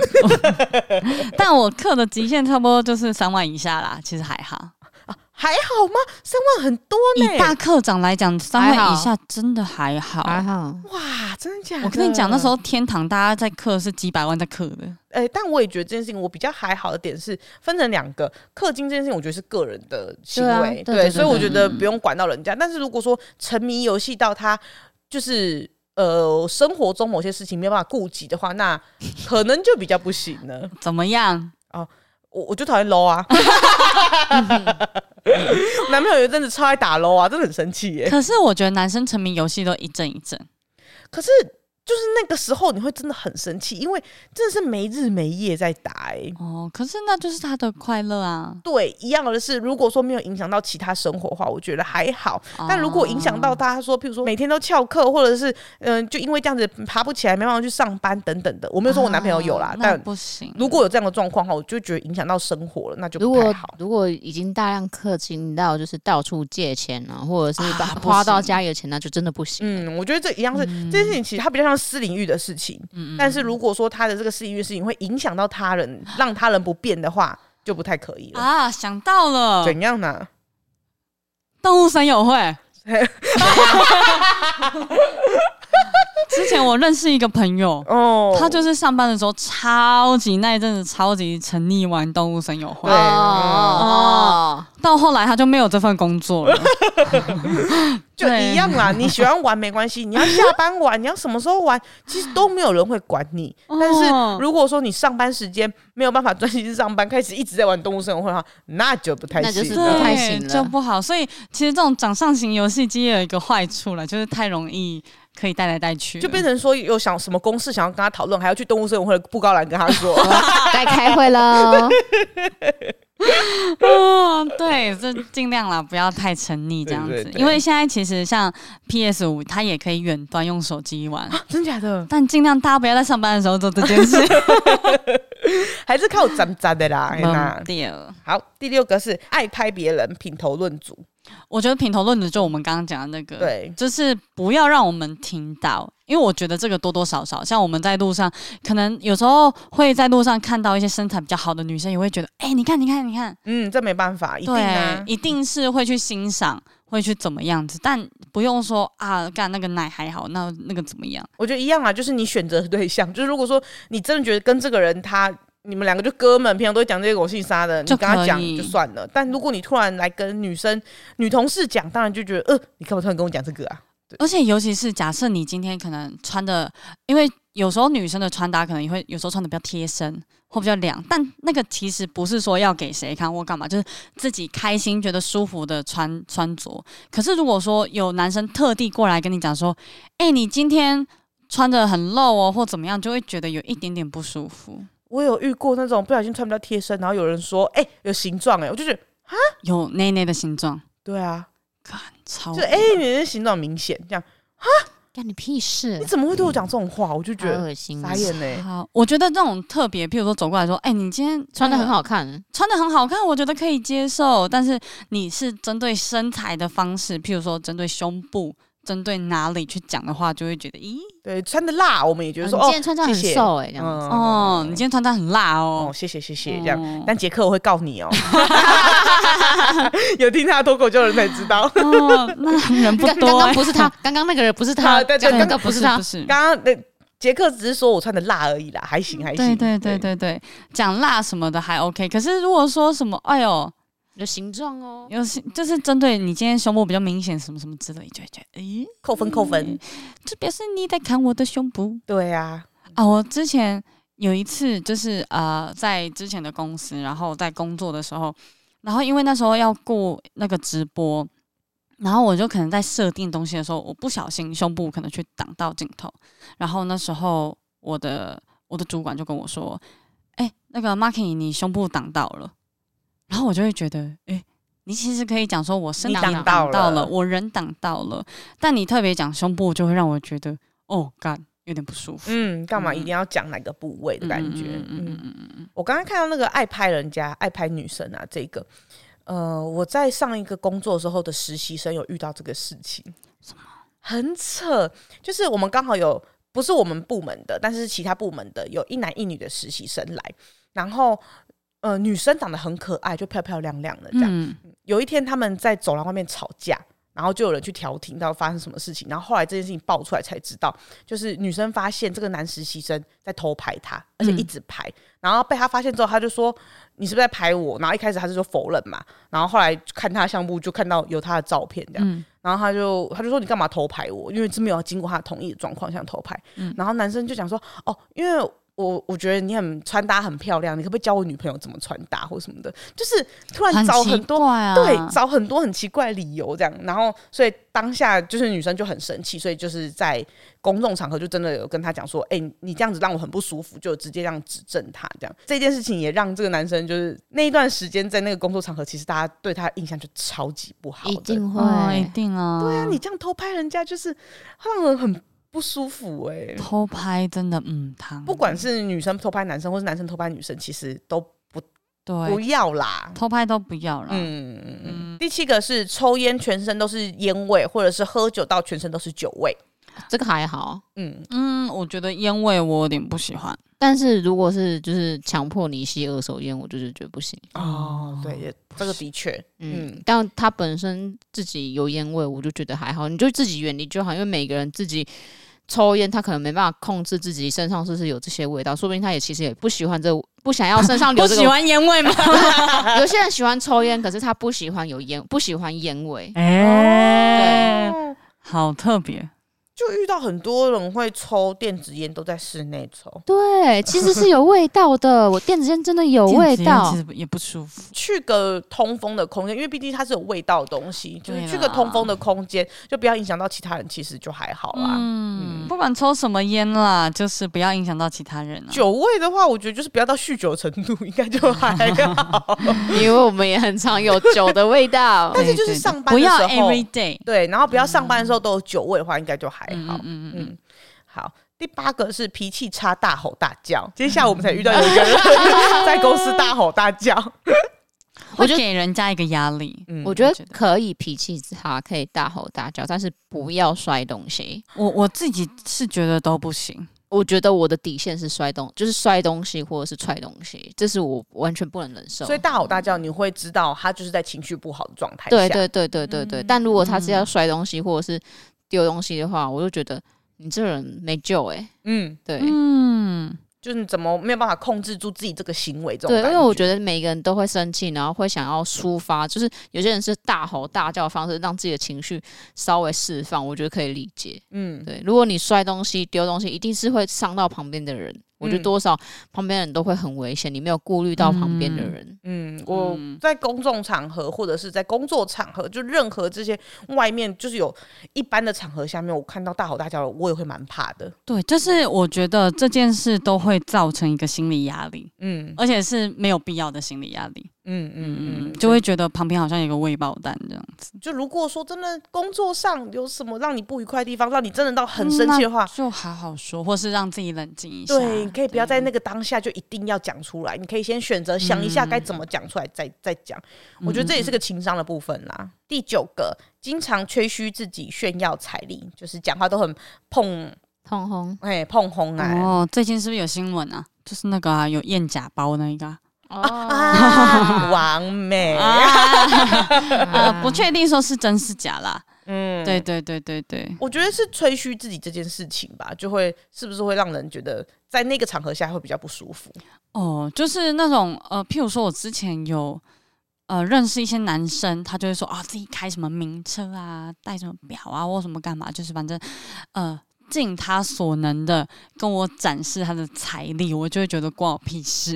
Speaker 1: 但我氪的极限差不多就是三万以下啦，其实还好。
Speaker 3: 啊还好吗？三万很多呢，
Speaker 1: 以大课长来讲，三
Speaker 2: 还
Speaker 1: 万
Speaker 2: 好
Speaker 1: 以下真的还好。
Speaker 2: 还好，
Speaker 3: 哇，啊真的假的？
Speaker 1: 我跟你讲，那时候天堂大家在氪是几百万在氪的，
Speaker 3: 哎、但我也觉得这件事情我比较还好的点是分成两个，氪金这件事情我觉得是个人的行为，
Speaker 2: 对啊对对对
Speaker 3: 所以我觉
Speaker 1: 对
Speaker 3: 得不用管到人家。但是如果说沉迷游戏到他就是呃生活中某些事情没有办法顾及的话，那可能就比较不行了。
Speaker 1: 怎么 样？
Speaker 3: 我我就讨厌 low 啊， 男朋友有一阵子超爱打 low 啊，真的很生 气耶。
Speaker 1: 可是我觉得男生沉迷游戏都一阵一阵，
Speaker 3: 可是就是那个时候你会真的很生气，因为真的是没日没夜在打哎、
Speaker 1: 哦，可是那就是他的快乐啊。
Speaker 3: 对，一样的是，如果说没有影响到其他生活的话，我觉得还好。但如果影响到
Speaker 1: 哦
Speaker 3: 大家说，譬如说每天都翘课，或者是嗯、就因为这样子爬不起来，没办法去上班等等的，我没有说我男朋友有啦，
Speaker 1: 哦那
Speaker 3: 但
Speaker 1: 不行。
Speaker 3: 如果有这样的状况的话，我就觉得影响到生活了，那就
Speaker 2: 如
Speaker 3: 不太
Speaker 2: 果
Speaker 3: 好。
Speaker 2: 如果已经大量氪金到就是到处借钱啊，或者是把
Speaker 1: 啊不
Speaker 2: 花到
Speaker 1: 行
Speaker 2: 家里的钱，那就真的不行。
Speaker 3: 嗯，我觉得这一样是、这件事情，其实它比较像私领域的事情。
Speaker 1: 嗯
Speaker 3: 但是如果说他的这个私领域的事情会影响到他人，让他人不便的话，就不太可以了。
Speaker 1: 啊，想到了，
Speaker 3: 怎样呢？
Speaker 1: 动物森友 会。之前我认识一个朋友，
Speaker 3: 哦，
Speaker 1: 他就是上班的时候超级那一阵子超级沉溺玩动物森友会
Speaker 3: 对，
Speaker 2: 哦，
Speaker 1: 到后来他就没有这份工作了。
Speaker 3: 就
Speaker 1: 对
Speaker 3: 一样啦，你喜欢玩没 关系，你要下班玩，你要什么时候玩，其实都没有人会管你。
Speaker 1: 哦
Speaker 3: 但是如果说你上班时间没有办法专心上班，开始一直在玩动物生活的话，那就不太
Speaker 2: 那就
Speaker 3: 行
Speaker 2: 是不
Speaker 3: 了。
Speaker 2: 太
Speaker 1: 对
Speaker 2: 行了
Speaker 1: 就不好。所以其实这种掌上型游戏机也有一个坏处了，就是太容易可以带来带去了，
Speaker 3: 就变成说有想什么公事想要跟他讨论，还要去动物生活会的布告栏跟他 说。
Speaker 2: 哦该开 会了。
Speaker 1: 嗯，对，就尽量啦，不要太沉溺这样子。
Speaker 3: 对对对
Speaker 1: 因为现在其实像 PS 五，它也可以远端用手机玩，
Speaker 3: 真假的？
Speaker 1: 但尽量大家不要在上班的时候做这件事。
Speaker 3: 还是靠咱咱的
Speaker 1: 嗯
Speaker 3: 啦，哎那
Speaker 1: 对，
Speaker 3: 好，第六个是爱拍别人，品头论足。
Speaker 1: 我觉得品头论足就我们刚刚讲的那个，
Speaker 3: 对
Speaker 1: 就是不要让我们听到，因为我觉得这个多多少少，像我们在路上，可能有时候会在路上看到一些身材比较好的女生，也会觉得，哎、你看，你看，你看，
Speaker 3: 嗯，这没办法，一定
Speaker 1: 对
Speaker 3: 啊，。
Speaker 1: 一定是会去欣赏，会去怎么样子，但不用说啊，干那个奶还好，那那个怎么样？
Speaker 3: 我觉得一样啊，就是你选择的对象， 就是如果说你真的觉得跟这个人他。你们两个就哥们，平常都会讲这些狗屁杀的，你
Speaker 1: 就
Speaker 3: 跟他
Speaker 1: 可
Speaker 3: 讲
Speaker 1: 以
Speaker 3: 就算了。但如果你突然来跟女生、女同事讲，当然就觉得，呃，你干嘛突然跟我讲这个啊？
Speaker 1: 而且尤其是假设你今天可能穿的，因为有时候女生的穿搭可能也会有时候穿的比较贴身或比较凉，但那个其实不是说要给谁看或干嘛，就是自己开心觉得舒服的穿穿着。可是如果说有男生特地过来跟你讲说，哎、你今天穿的很露哦，或怎么样，就会觉得有一点点不舒服。
Speaker 3: 我有遇过那种不小心穿比较贴身，然后有人说，哎、有形状哎、我就觉得，
Speaker 1: 有内内的形状，
Speaker 3: 对啊，
Speaker 1: 超
Speaker 3: 就哎、你的形状明显，这样
Speaker 2: 干你屁
Speaker 1: 嗯
Speaker 2: 事
Speaker 3: 你，怎么会对我讲这种话？我就觉
Speaker 2: 好
Speaker 3: 得
Speaker 2: 恶心啊
Speaker 3: 傻！眼欸呢、
Speaker 1: 好，我觉得这种特别，譬如说走过来说，哎、你今天
Speaker 2: 穿的很
Speaker 1: 好。
Speaker 2: 好看，
Speaker 1: 穿的很好看，我觉得可以接受。但是你是针对身材的方式，譬如说针对胸部、针对哪里去讲的话，就会觉得，咦，
Speaker 3: 对，穿的辣，我们也觉得说，
Speaker 2: 哦
Speaker 3: 哦
Speaker 2: 你今，天穿这样很
Speaker 3: 谢谢
Speaker 2: 瘦哎，这样
Speaker 3: 嗯，
Speaker 1: 哦，你今天穿搭很辣
Speaker 3: 哦，
Speaker 1: 哦，
Speaker 3: 谢谢谢谢，这样。
Speaker 1: 哦
Speaker 3: 但杰克我会告你哦， 有听他脱口秀的人才知道。
Speaker 1: 哦，那人不
Speaker 2: 刚刚
Speaker 1: 多、
Speaker 2: 刚
Speaker 1: 欸，
Speaker 2: 不 是他，刚刚那个人不是
Speaker 3: 啊
Speaker 2: 他，
Speaker 3: 对对
Speaker 2: 刚
Speaker 3: 刚
Speaker 2: 刚不是 他
Speaker 1: 不，是。
Speaker 3: 刚刚那杰克只是说我穿的辣而已啦，还行还行。
Speaker 1: 对对对对对，讲辣什么的还 OK，可是如果说什么，哎呦，
Speaker 2: 有形状哦。
Speaker 1: 有些就是针对你今天胸部比较明显什么什么之类，就会觉得，诶，
Speaker 3: 扣分扣
Speaker 1: 嗯
Speaker 3: 分。
Speaker 1: 这表示你在看我的胸部。
Speaker 3: 对啊，
Speaker 1: 啊，我之前有一次就是呃，在之前的公司，然后在工作的时候，然后因为那时候要顾那个直播，然后我就可能在设定东西的时候，我不小心胸部可能去挡到镜头，然后那时候我的我的主管就跟我说：“哎、那个 Marky，你胸部挡到了。”然后我就会觉得，哎、你其实可以讲说我身
Speaker 3: 你
Speaker 1: 体
Speaker 3: 挡
Speaker 1: 挡
Speaker 3: 到
Speaker 1: 到
Speaker 3: 了
Speaker 1: 了，我人挡到了，但你特别讲胸部，就会让我觉得，哦，干，有点不舒服。
Speaker 3: 嗯，干嘛
Speaker 1: 嗯
Speaker 3: 一定要讲哪个部位的感觉？嗯，
Speaker 1: 嗯嗯嗯
Speaker 3: 我刚刚看到那个爱拍人家、爱拍女生啊，这个。呃，我在上一个工作的时候的实习生有遇到这个事情，
Speaker 1: 什
Speaker 3: 么很扯？就是我们刚好有不是我们部门的，但是其他部门的有一男一女的实习生来，然后呃女生长得很可爱，就漂漂亮亮的这
Speaker 1: 嗯
Speaker 3: 样，
Speaker 1: 嗯，
Speaker 3: 有一天他们在走廊外面吵架，然后就有人去调停，到底发生什么事情。然后后来这件事情爆出来才知道，就是女生发现这个男实习生在偷拍她，而且一直拍。然后被他发现之后，他就说：“你是不是在拍我？”然后一开始他是说否认嘛，然后后来看他的相簿就看到有他的照片这样，
Speaker 1: 嗯
Speaker 3: 然后他就他就说：“你干嘛偷拍我？因为是没有经过他的同意的状况下偷拍。然后男生就讲说：“哦，因为。”我我觉得你很穿搭很漂亮，你可不可以教我女朋友怎么穿搭或什么的？就是突然
Speaker 1: 很
Speaker 3: 找
Speaker 1: 奇
Speaker 3: 很多
Speaker 1: 怪啊，
Speaker 3: 对，找很多很奇怪的理由这样，然后所以当下就是女生就很生气，所以就是在公众场合就真的有跟他讲说，哎、你这样子让我很不舒服，就直接这样指正他这样。这件事情也让这个男生就是那一段时间在那个工作场合，其实大家对他印象就超级不好的。
Speaker 2: 一定
Speaker 1: 哦，一
Speaker 2: 会，
Speaker 1: 定啊，
Speaker 3: 对啊，你这样偷拍人家就是让人很不舒服哎、
Speaker 1: 偷拍真的嗯疼，
Speaker 3: 不管是女生偷拍男生，或是男生偷拍女生，其实都不
Speaker 1: 对
Speaker 3: 要啦。
Speaker 1: 偷拍都不要了，
Speaker 3: 嗯嗯嗯，第七个是抽烟，全身都是烟味，或者是喝酒到全身都是酒味。
Speaker 2: 这个还好。
Speaker 3: 嗯，
Speaker 1: 嗯，我觉得烟味我有点不喜欢，
Speaker 2: 但是如果是就是强迫你吸二手烟，我就是觉得不行。啊
Speaker 3: 哦，对，也这个的确，
Speaker 2: 嗯，
Speaker 3: 嗯
Speaker 2: 但他本身自己有烟味，我就觉得还好，你就自己远离就好，因为每个人自己。抽烟，他可能没办法控制自己身上是不是有这些味道，说不定他也其实也不喜欢这，不想要身上
Speaker 1: 不
Speaker 2: 留这
Speaker 1: 喜
Speaker 2: 个。
Speaker 1: 欢烟味吗？
Speaker 2: 有些人喜欢抽烟，可是他不喜欢有烟，不喜欢烟味。
Speaker 1: 哎，
Speaker 3: 哦
Speaker 1: 好特别，
Speaker 3: 就遇到很多人会抽电子烟，都在室内抽。
Speaker 2: 对，其实是有味道的。我电子烟真的有 味
Speaker 1: 电子烟
Speaker 2: 道
Speaker 1: 其，实也不舒服，
Speaker 3: 去个通风的空间，因为毕竟它是有味道的东西，就
Speaker 1: 对啦
Speaker 3: 是去个通风的空间，就不要影响到其他人，其实就还好啦。
Speaker 1: 嗯，不管抽什么烟啦，就是不要影响到其他人啊。
Speaker 3: 酒味的话，我觉得就是不要到酗酒的程度，应该就还 好。
Speaker 2: 因为我们也很常有酒的味道。
Speaker 3: 但是就是
Speaker 1: 对对对
Speaker 3: 上班的
Speaker 1: 不要
Speaker 3: 时候
Speaker 1: every day，
Speaker 3: 对，然后不要上班的时候都有酒味的话，应该就还
Speaker 1: 嗯
Speaker 3: 好
Speaker 1: 嗯。嗯嗯，
Speaker 3: 嗯，好。第八个是脾气差，大吼大叫。接下来我们才遇到有一个
Speaker 2: 嗯
Speaker 3: 人 在公司大吼大 叫。
Speaker 1: 会
Speaker 2: 我觉得
Speaker 1: 给人家一个压力。
Speaker 3: 嗯
Speaker 2: 我觉
Speaker 1: 我
Speaker 2: 得
Speaker 1: 觉得
Speaker 2: 可以脾气差，可以大吼大叫，但是不要摔东西。
Speaker 1: 我我自己是觉得都不行，
Speaker 2: 我觉得我的底线是摔东，就是摔东西或者是踹东西，这是我完全不能忍受。
Speaker 3: 所以大吼大叫，你会知道他就是在情绪不好的状态下。嗯
Speaker 2: 对对对对对对，但如果他是要摔东西或者是丢东西的话，我就觉得你这人没救哎、
Speaker 3: 嗯，
Speaker 2: 对，
Speaker 1: 嗯，
Speaker 3: 就是你怎么没有办法控制住自己这个行为这种
Speaker 2: 对，因为我觉
Speaker 3: 得
Speaker 2: 得每个人都会生气，然后会想要抒发，就是有些人是大吼大叫的方式让自己的情绪稍微释放，我觉得可以理解。
Speaker 3: 嗯，
Speaker 2: 对，如果你摔东西、丢东西，一定是会伤到旁边的人。我觉得
Speaker 3: 嗯
Speaker 2: 多少旁边的人都会很危险，你没有顾虑到旁边的人。
Speaker 3: 嗯，我在公众场合或者是在工作场合，就任何这些外面就是有一般的场合下面，我看到大吼大叫的，我也会蛮怕的。
Speaker 1: 对，就是我觉得这件事都会造成一个心理压力，
Speaker 3: 嗯
Speaker 1: 而且是没有必要的心理压力。
Speaker 3: 嗯嗯
Speaker 1: 嗯
Speaker 3: 嗯，
Speaker 1: 嗯，就会觉得旁边好像有个未爆弹这样子，
Speaker 3: 就如果说真的工作上有什么让你不愉快的地方，让你真的到很生气的话
Speaker 1: 嗯，那就好好说，或是让自己冷静一下。
Speaker 3: 对，你可以不要在那个当下就一定要讲出来，你可以先选
Speaker 1: 嗯
Speaker 3: 择想一下该怎么讲出来，再再讲。我觉得这也是个情商的部分啦。第九个，经常吹嘘自己炫耀财力，就是讲话都很碰
Speaker 2: 通通
Speaker 3: 哎碰红啊。
Speaker 1: 哦，最近是不是有新闻啊？就是那个啊，有验假包那一个啊，
Speaker 2: 哦，
Speaker 3: 啊，完美，
Speaker 1: 啊
Speaker 3: 哎
Speaker 1: 呃， 不确定说是真是假啦。
Speaker 3: 嗯，
Speaker 1: 对，对对对对，
Speaker 3: 我觉得是吹嘘自己这件事情吧，就会是不是会让人觉得在那个场合下会比较不舒服？
Speaker 1: 哦，就是那种呃，譬如说我之前有呃认识一些男生，他就会说啊、自己开什么名车啊，戴什么表啊，或什么干嘛，就是反正呃尽他所能的跟我展示他的财力，我就会觉得关我屁 事。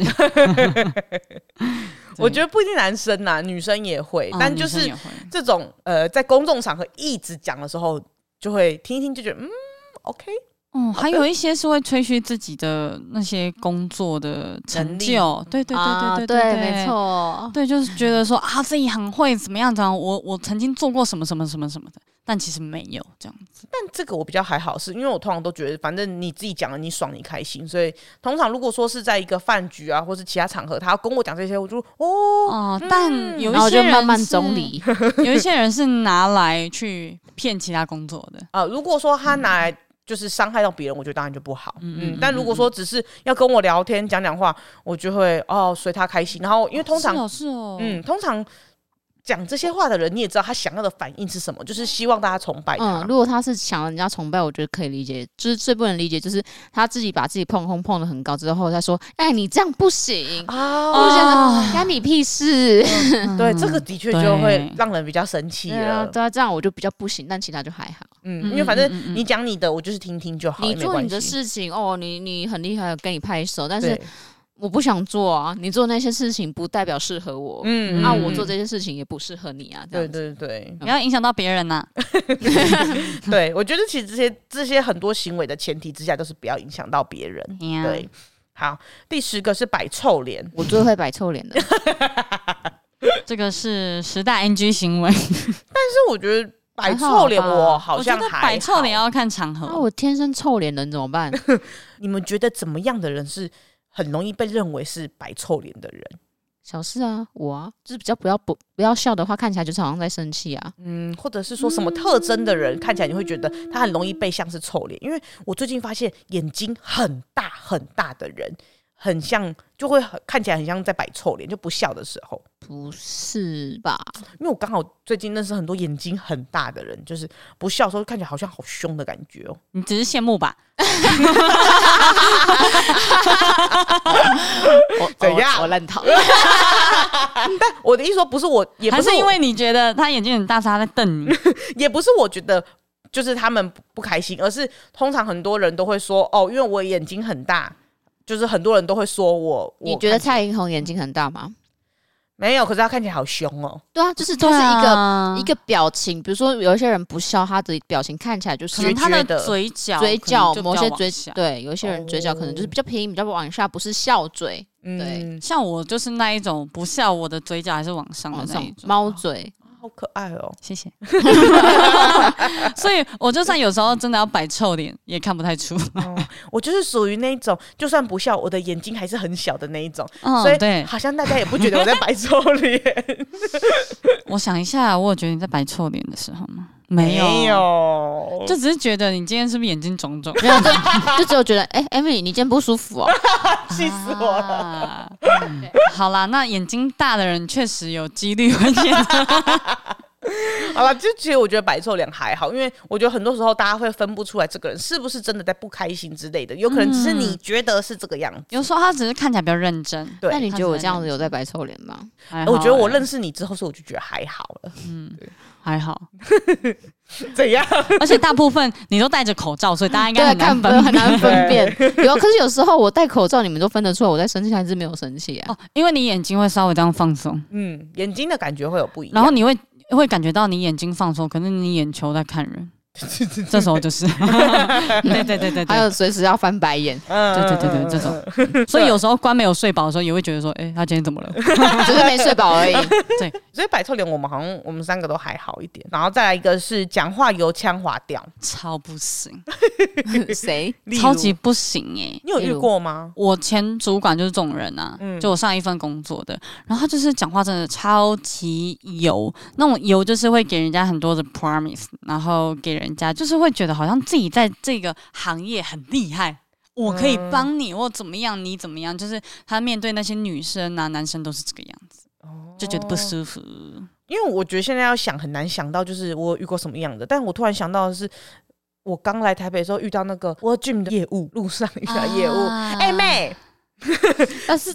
Speaker 3: 我觉得不一定男生呐、女生也会，
Speaker 1: 对啊
Speaker 3: 但
Speaker 1: 女
Speaker 3: 就
Speaker 1: 生
Speaker 3: 是
Speaker 1: 也会
Speaker 3: 这种呃，在公众场合一直讲的时候，就会听一听就觉得嗯，OK，
Speaker 1: 哦，还
Speaker 3: 的
Speaker 1: 有一些是会吹嘘自己的那些工作的成
Speaker 3: 力
Speaker 1: 就，对对
Speaker 2: 啊
Speaker 1: 对对
Speaker 2: 对，
Speaker 1: 对，
Speaker 2: 没。错。
Speaker 1: 对，就是觉得说啊，自己很会怎么样怎么样，我我曾经做过什么什么什么什么的，但其实没有这样子。
Speaker 3: 但这个我比较还好是，因为我通常都觉得，反正你自己讲了，你爽你开心，所以通常如果说是在一个饭局啊，或是其他场合，他要跟我讲这些，我就哦，
Speaker 1: 哦、但有
Speaker 2: 然
Speaker 1: 一
Speaker 2: 后
Speaker 1: 些
Speaker 2: 就
Speaker 1: 人
Speaker 2: 慢慢
Speaker 1: 是
Speaker 2: 整，理，
Speaker 1: 有一些人是拿来去骗其他工作的。
Speaker 3: 啊、如果说他拿来就是伤害到别人，我觉得当然就不好。嗯
Speaker 1: 嗯
Speaker 3: 但如果说只是要跟我聊天讲讲话，我就会哦随他开心。然后因为通常、
Speaker 1: 是哦，是哦
Speaker 3: 嗯，通常讲这些话的人，你也知道他想要的反应是什么，就是希望大家崇拜他。
Speaker 2: 嗯，如果他是想人家崇拜，我觉得可以理解。就是最不能理解，就是他自己把自己碰空碰的很高之后，他说：“哎，你这样不行。”
Speaker 3: 啊
Speaker 2: 我就觉得干你屁事。
Speaker 3: 对，
Speaker 1: 嗯
Speaker 3: 这个的确
Speaker 1: 对
Speaker 3: 就会让人比较生气
Speaker 2: 对啊，
Speaker 3: 了。
Speaker 2: 对啊，这样我就比较不行，但其他就还好。
Speaker 3: 嗯，
Speaker 1: 嗯
Speaker 3: 因为反
Speaker 1: 嗯嗯
Speaker 3: 正
Speaker 1: 嗯
Speaker 3: 你讲你的，我就是听听就好，
Speaker 2: 你
Speaker 3: 也没
Speaker 2: 做
Speaker 3: 关
Speaker 2: 你的
Speaker 3: 系。
Speaker 2: 事情哦，你你很厉害，跟你拍手，但是
Speaker 3: 对，
Speaker 2: 我不想做啊。你做那些事情不代表适合我，
Speaker 3: 嗯
Speaker 2: 啊，
Speaker 1: 嗯
Speaker 2: 我做这些事情也不适合你啊。这
Speaker 3: 对
Speaker 2: 样子，
Speaker 3: 对对
Speaker 1: 不要影响到别人呐、
Speaker 3: 对，我觉得其实这些这些很多行为的前提之下，都是不要影响到别人。
Speaker 1: 哎
Speaker 2: 嗯
Speaker 1: 呀
Speaker 3: 对，好，第十个是摆臭脸，
Speaker 2: 我最会摆 臭脸的。
Speaker 1: 这个是十大 NG 行为。
Speaker 3: 但是我觉得摆臭脸我好
Speaker 1: 我觉
Speaker 3: 像
Speaker 1: 得
Speaker 3: 还
Speaker 1: 摆臭脸
Speaker 3: 好，
Speaker 1: 要看场合。
Speaker 2: 啊，我天生臭脸人怎么办？
Speaker 3: 你们觉得怎么样的人是很容易被认为是摆臭脸的人？
Speaker 2: 小事啊，我啊，就是比较不要不不要笑的话，看起来就是好像在生气啊。
Speaker 3: 嗯，或者是说什么特征的人，看起来你会觉得他很容易被像是臭脸，因为我最近发现眼睛很大很大的人，很像就会很看起来很像在摆臭脸，就不笑的时候。
Speaker 2: 不是吧？
Speaker 3: 因为我刚好最近认识很多眼睛很大的人，就是不笑的时候看起来好像好凶的感觉哦。
Speaker 1: 你只是羡慕吧？
Speaker 2: 我
Speaker 3: 怎样
Speaker 2: 我我
Speaker 1: 嗯
Speaker 2: 认同。
Speaker 3: 我的意思说，不是我，也不
Speaker 1: 还
Speaker 3: 是
Speaker 1: 是因
Speaker 3: 我
Speaker 1: 为你觉得他眼睛很大，是他在瞪你？
Speaker 3: 也不是我觉得就是他们不不开心，而是通常很多人都会说哦，因为我眼睛很大，就是很多人都会说我。我
Speaker 2: 你觉
Speaker 3: 看
Speaker 2: 得
Speaker 3: 起
Speaker 2: 蔡英红眼睛很大吗？
Speaker 3: 没有？可是他看起来好凶哦。
Speaker 2: 对啊，就是都是一
Speaker 1: 对
Speaker 2: 个、
Speaker 1: 啊
Speaker 2: 一个表情，比如说有一些人不笑，他的表情看起来就是
Speaker 1: 可能他
Speaker 3: 觉
Speaker 1: 的
Speaker 3: 得
Speaker 1: 嘴角
Speaker 2: 嘴
Speaker 1: 可能
Speaker 2: 角
Speaker 1: 就比
Speaker 2: 某
Speaker 1: 较
Speaker 2: 些
Speaker 1: 往
Speaker 2: 嘴
Speaker 1: 下哦
Speaker 2: 对，有一些人嘴角可能就是比较平，比较往下，不是笑嘴，
Speaker 3: 嗯，
Speaker 1: 像我就是那一种不笑，我的嘴角还是往上的
Speaker 2: 往
Speaker 1: 那
Speaker 2: 上
Speaker 1: 一哦种。
Speaker 2: 哦猫嘴。
Speaker 3: 好可爱哦。
Speaker 1: 谢谢。 所以我就算有时候真的要摆臭脸，也看不太出来。
Speaker 3: 我就是属于那一种，就算不笑，我的眼睛还是很小的那一种，
Speaker 1: 嗯
Speaker 3: 所，以
Speaker 1: 对，
Speaker 3: 好像大家也不觉得我在摆臭脸。
Speaker 1: 我想一下，我有觉得你在摆臭脸的时候吗？没有，
Speaker 3: 没有，
Speaker 1: 就只是觉得你今天是不是眼睛肿肿？
Speaker 2: 没有，就 就只有觉得，哎、e m i l y 你今天不舒服哦。
Speaker 3: 气死我了。
Speaker 1: 啊 嗯好啦，那眼睛大的人确实有几率会变得
Speaker 3: 好了，就其实我觉得白臭脸还好，因为我觉得很多时候大家会分不出来这个人是不是真的在不开心之类的，有可能只是你觉得是这个样子。
Speaker 1: 有时候他只是看起来比较认真。
Speaker 3: 对
Speaker 2: 那你觉得我这样子有在白臭脸吗？
Speaker 1: 还
Speaker 3: 哎
Speaker 1: 好
Speaker 3: 我觉得我
Speaker 1: 欸
Speaker 3: 认识你之后，所以我就觉得还好了。
Speaker 1: 还好，
Speaker 3: 怎样？
Speaker 1: 而且大部分你都戴着口罩，所以大家应
Speaker 2: 对
Speaker 1: 该
Speaker 2: 啊，
Speaker 1: 很
Speaker 2: 看
Speaker 1: 难
Speaker 2: 不很
Speaker 1: 分辨
Speaker 2: 难分辨。有，啊可是有时候我戴口罩，你们都分得出来我在生气还是没有生气啊？
Speaker 1: 哦，因为你眼睛会稍微这样放松，
Speaker 3: 嗯，眼睛的感觉会有不一样。
Speaker 1: 然后你会会感觉到你眼睛放松，可是你眼球在看 人，这时候 就是，对对对对
Speaker 2: 还
Speaker 1: 对。
Speaker 2: 有随时要翻白眼，
Speaker 3: 嗯，
Speaker 1: 对
Speaker 3: 嗯
Speaker 1: 对对呃对，啊这 种，所以有时候关没有睡饱的时候，也会觉得说，哎，他今天怎么了？
Speaker 2: 只是没睡饱而已。
Speaker 3: 所以白臭脸我们好像我们三个都还好一点。然后再来一个是讲话油腔滑调，
Speaker 1: 超不行，
Speaker 2: 谁？
Speaker 3: 例如
Speaker 1: 超级不行哎！
Speaker 3: 你有遇过吗？
Speaker 1: 我前主管就是这种人啊，
Speaker 3: 嗯
Speaker 1: 就我上一份工作的，然后他就是讲话真的超级油，那种油就是会给人家很多的 promise，然后给人家就是会觉得好像自己在这个行业很厉害。我可以
Speaker 3: 嗯
Speaker 1: 帮你，或怎么样，你怎么样？就是他面对那些女生啊、男生都是这个样子，就觉得不舒服。
Speaker 3: 因为我觉得现在要想很难想到，就是我遇过什么样的。但我突然想到的是，我刚来台北的时候遇到那个 w o r Gym 的业务，路上遇到业务，
Speaker 1: 啊
Speaker 3: 哎、妹，
Speaker 2: 但是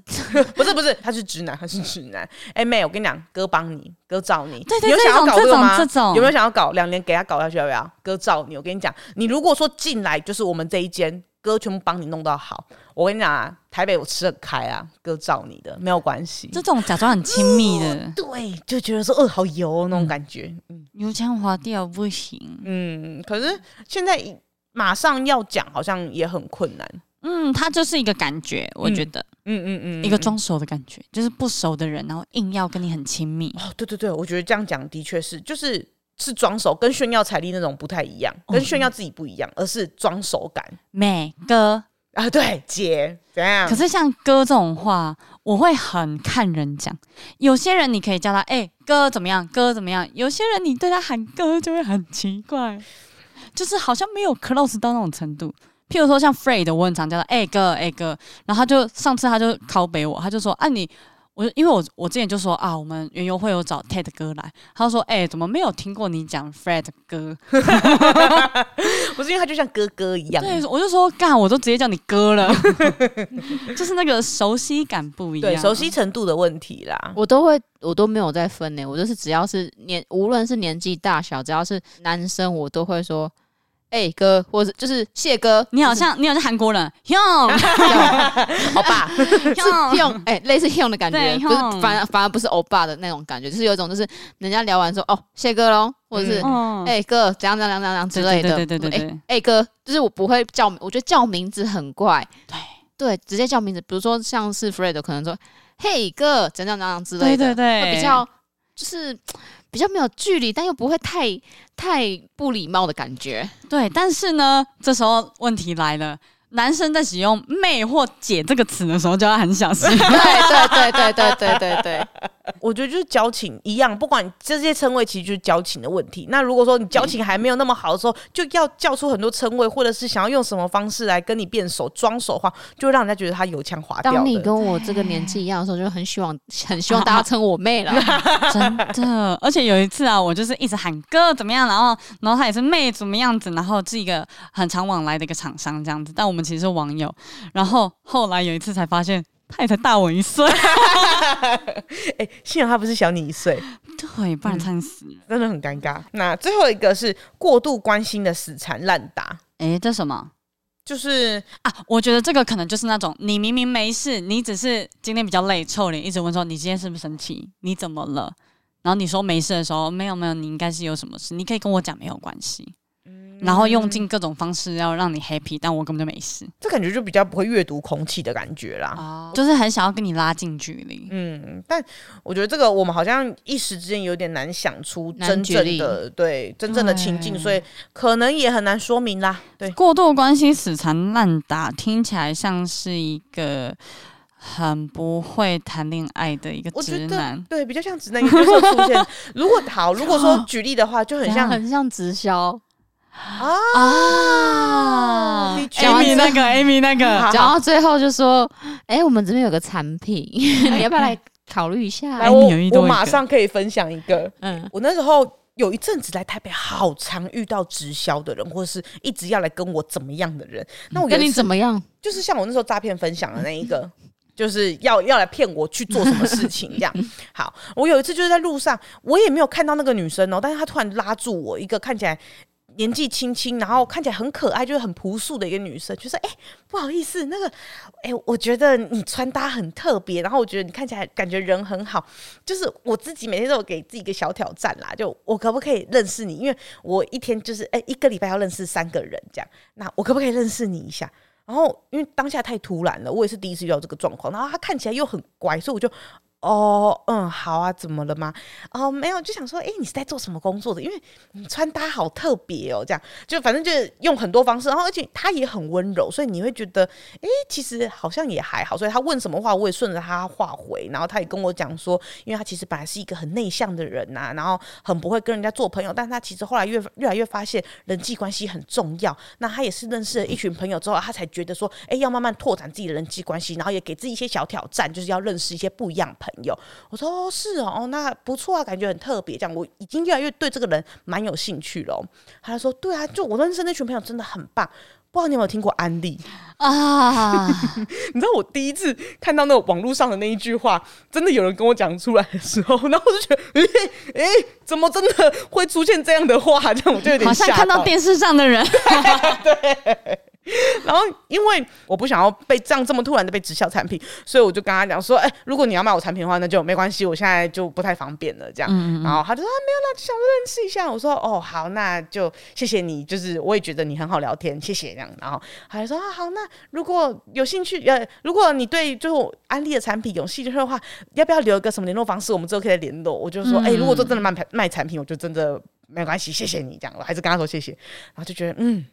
Speaker 3: 不是不是，他是直男，他是直男。哎、妹，我跟你讲，哥帮你，哥罩你。
Speaker 1: 对对，
Speaker 3: 你有
Speaker 1: 这
Speaker 3: 想要
Speaker 1: 种
Speaker 3: 搞
Speaker 1: 这
Speaker 3: 个
Speaker 1: 种
Speaker 3: 吗？
Speaker 1: 这种
Speaker 3: 有没有想要搞？两年给他搞下去要不要？哥罩你，我跟你讲，你如果说进来就是我们这一间，哥全部帮你弄到好。我跟你讲啊，台北我吃很开啊，哥罩你的没有关系。
Speaker 1: 这种假装很亲密 的，
Speaker 3: 对，就觉得说，哦，好油哦那种感觉。
Speaker 1: 油腔滑调不行。
Speaker 3: 嗯，可是现在马上要讲，好像也很困难。
Speaker 1: 嗯，他就是一个感觉，我
Speaker 3: 嗯
Speaker 1: 觉得、
Speaker 3: 嗯嗯嗯
Speaker 1: 一个装熟的感觉，就是不熟的人，然后硬要跟你很亲密。
Speaker 3: 哦，对对对，我觉得这样讲的确是，就是是装熟，跟炫耀财力那种不太一样，跟炫耀自己不一样，而是装熟感
Speaker 1: 妹哥，
Speaker 3: 啊。对，姐怎样？
Speaker 1: 可是像哥这种话，我会很看人讲。有些人你可以叫他哎、哥怎么样，哥怎么样；有些人你对他喊哥就会很奇怪，就是好像没有 close 到那种程度。譬如说像 Fred，我很常叫他哎、哥哎、哥，然后他就上次他就拷北我，他就说啊你。我因为我我之前就说啊，我们原游会有找 Ted 哥来，他就说哎、怎么没有听过你讲 Fred 哥？
Speaker 3: 不是因为他就像哥哥一样，
Speaker 1: 对，我就说干，我都直接叫你哥了， 就是那个熟悉感不一样，啊
Speaker 3: 对熟悉程度的问题 啦。
Speaker 2: 我都会，我都没有在分呢、欸我就是只要是年，无论是年纪大小，只要是男生，我都会说，哎、哥，或者就是谢哥，
Speaker 1: 你好像你好像韩国人，用
Speaker 3: 好吧，
Speaker 2: 是用哎、类似用的感觉，
Speaker 1: 对
Speaker 2: 不是
Speaker 1: 用
Speaker 2: 反而反而不是欧巴的那种感觉，就是有一种就是嗯人家聊完说哦谢哥喽，或者是哎、
Speaker 1: 嗯，
Speaker 2: 哥怎样怎样怎样怎样之类的，
Speaker 1: 对对对对对
Speaker 2: 哎
Speaker 1: 对对
Speaker 2: 哎、哥，就是我不会叫，我觉得叫名字很怪，
Speaker 1: 对
Speaker 2: 对，直接叫名字，比如说像是 Fred 可能说嘿哥怎样怎样之类
Speaker 1: 对
Speaker 2: 的，
Speaker 1: 对对，
Speaker 2: 会比较就是比较没有距离，但又不会太太不礼貌的感 觉，
Speaker 1: 对。但是呢，这时候问题来了。男生在使用“妹”或“姐”这个词的时候，就要很小 心。
Speaker 2: 对对对对对对对对，
Speaker 3: 我觉得就是交情一样，不管这些称谓，其实就是交情的问题。那如果说你交情还没有那么好的时候，就要叫出很多称谓，或者是想要用什么方式来跟你变熟、装熟的话，就会让人家觉得他油腔滑调的。
Speaker 2: 当你跟我这个年纪一样的时候，就很希望很希望大家称我妹了。
Speaker 1: 真的。而且有一次啊，我就是一直喊哥怎么样，然后然后他也是妹怎么样子，然后是一个很常往来的一个厂商这样子，但我们其实是网友。然后后来有一次才发现，他也才大我一岁，
Speaker 3: 哎、幸好他不是小你一岁，
Speaker 1: 对，不然惨死人。
Speaker 3: 真的很尴尬。那最后一个是过度关心的死缠烂打，
Speaker 1: 哎、这什么？
Speaker 3: 就是
Speaker 1: 啊，我觉得这个可能就是那种你明明没事，你只是今天比较累，臭脸一直问说你今天是不是生气，你怎么了？然后你说没事的时候，没有没有，你应该是有什么事，你可以跟我讲，没有关系。然后用尽各种方式要让你 happy，但我根本就没事
Speaker 3: 这感觉就比较不会阅读空气的感觉啦。
Speaker 1: 啊，就是很想要跟你拉近距离。
Speaker 3: 嗯，但我觉得这个我们好像一时之间有点难想出
Speaker 2: 难
Speaker 3: 真
Speaker 2: 举
Speaker 3: 正
Speaker 2: 例
Speaker 3: 的对真正的情境，
Speaker 1: 对
Speaker 3: 所以可能也很难说明啦。对，
Speaker 1: 过度关心、死缠烂打，听起来像是一个很不会谈恋爱的一个
Speaker 3: 我觉
Speaker 1: 直
Speaker 3: 得
Speaker 1: 男。
Speaker 3: 对比较像直男，也就是会出现。如果好，如果
Speaker 2: 哦
Speaker 3: 说举例的话，就很像
Speaker 2: 很像 直销。
Speaker 3: 啊，
Speaker 1: 啊
Speaker 3: 的确
Speaker 1: ，Amy 那个，Amy 那个，
Speaker 3: 好
Speaker 2: 讲到最后就说：“哎、我们这边有个产品， 你要不要来考虑一下
Speaker 3: 哎来
Speaker 1: 哎
Speaker 3: 我
Speaker 1: 你有一
Speaker 3: 我
Speaker 1: 多一
Speaker 3: 马
Speaker 1: 个
Speaker 3: 上可以分享一个，？”
Speaker 2: 嗯，
Speaker 3: 我那时候有一阵子来台北，好常遇到直销的人，或者是一直要来跟我怎么样的人。那我有
Speaker 2: 跟
Speaker 3: 一
Speaker 2: 你
Speaker 3: 次
Speaker 2: 怎么样？
Speaker 3: 就是像我那时候诈骗分享的那一个，就是要要来骗我去做什么事情这样。好，我有一次就是在路上，我也没有看到那个女生哦，但是她突然拉住我一个看起来。年纪轻轻，然后看起来很可爱，就是很朴素的一个女生，就说：“哎、不好意思，那个，哎、我觉得你穿搭很特别，然后我觉得你看起来感觉人很好，就是我自己每天都有给自己一个小挑战啦，就我可不可以认识你？因为我一天就是哎、一个礼拜要认识三个人这样，那我可不可以认识你一下？然后因为当下太突然了，我也是第一次遇到这个状况，然后他看起来又很乖，所以我就。哦，嗯，好啊，怎么了吗？哦，没有，就想说，哎、你是在做什么工作的？因为你穿搭好特别哦，这样就反正就是用很多方式，然后而且他也很温柔，所以你会觉得，哎、其实好像也还好。所以他问什么话，我也顺着他话回，然后他也跟我讲说，因为他其实本来是一个很内向的人呐、然后很不会跟人家做朋友，但是他其实后来越越来越发现人际关系很重要。那他也是认识了一群朋友之后，他才觉得说，哎、要慢慢拓展自己的人际关系，然后也给自己一些小挑战，就是要认识一些不一样的朋友。我说哦，是哦，哦那不错啊，感觉很特别。这样，我已经越来越对这个人蛮有兴趣了哦、他就说，对啊，就我认识那群朋友真的很棒。不知道你有没有听过安利？
Speaker 1: 啊，
Speaker 3: 你知道我第一次看到那种网络上的那一句话，真的有人跟我讲出来的时候， 然后我就觉得，诶、诶、怎么真的会出现这样的话？这样我就 有点
Speaker 1: 好像
Speaker 3: 吓
Speaker 1: 看到
Speaker 3: 到
Speaker 1: 电视上的 人，
Speaker 3: 然后因为我不想要被这样这么突然的被直销产品，所以我就跟他讲说，哎、如果你要买我产品的话，那就没关系，我现在就不太方便了这样。然后他就说、啊、没有啦，就想认识一下。我说哦好，那就谢谢你，就是我也觉得你很好聊天，谢谢这样。然后他就说啊好，那如果有兴趣，呃，如果你对就是我安利的产品有兴趣的话，要不要留一个什么联络方式？我们之后可以再联络。我就说，哎、如果说真的卖卖产品，我就真的没关系，谢谢你这样。我还是跟他说谢谢，然后就觉得嗯。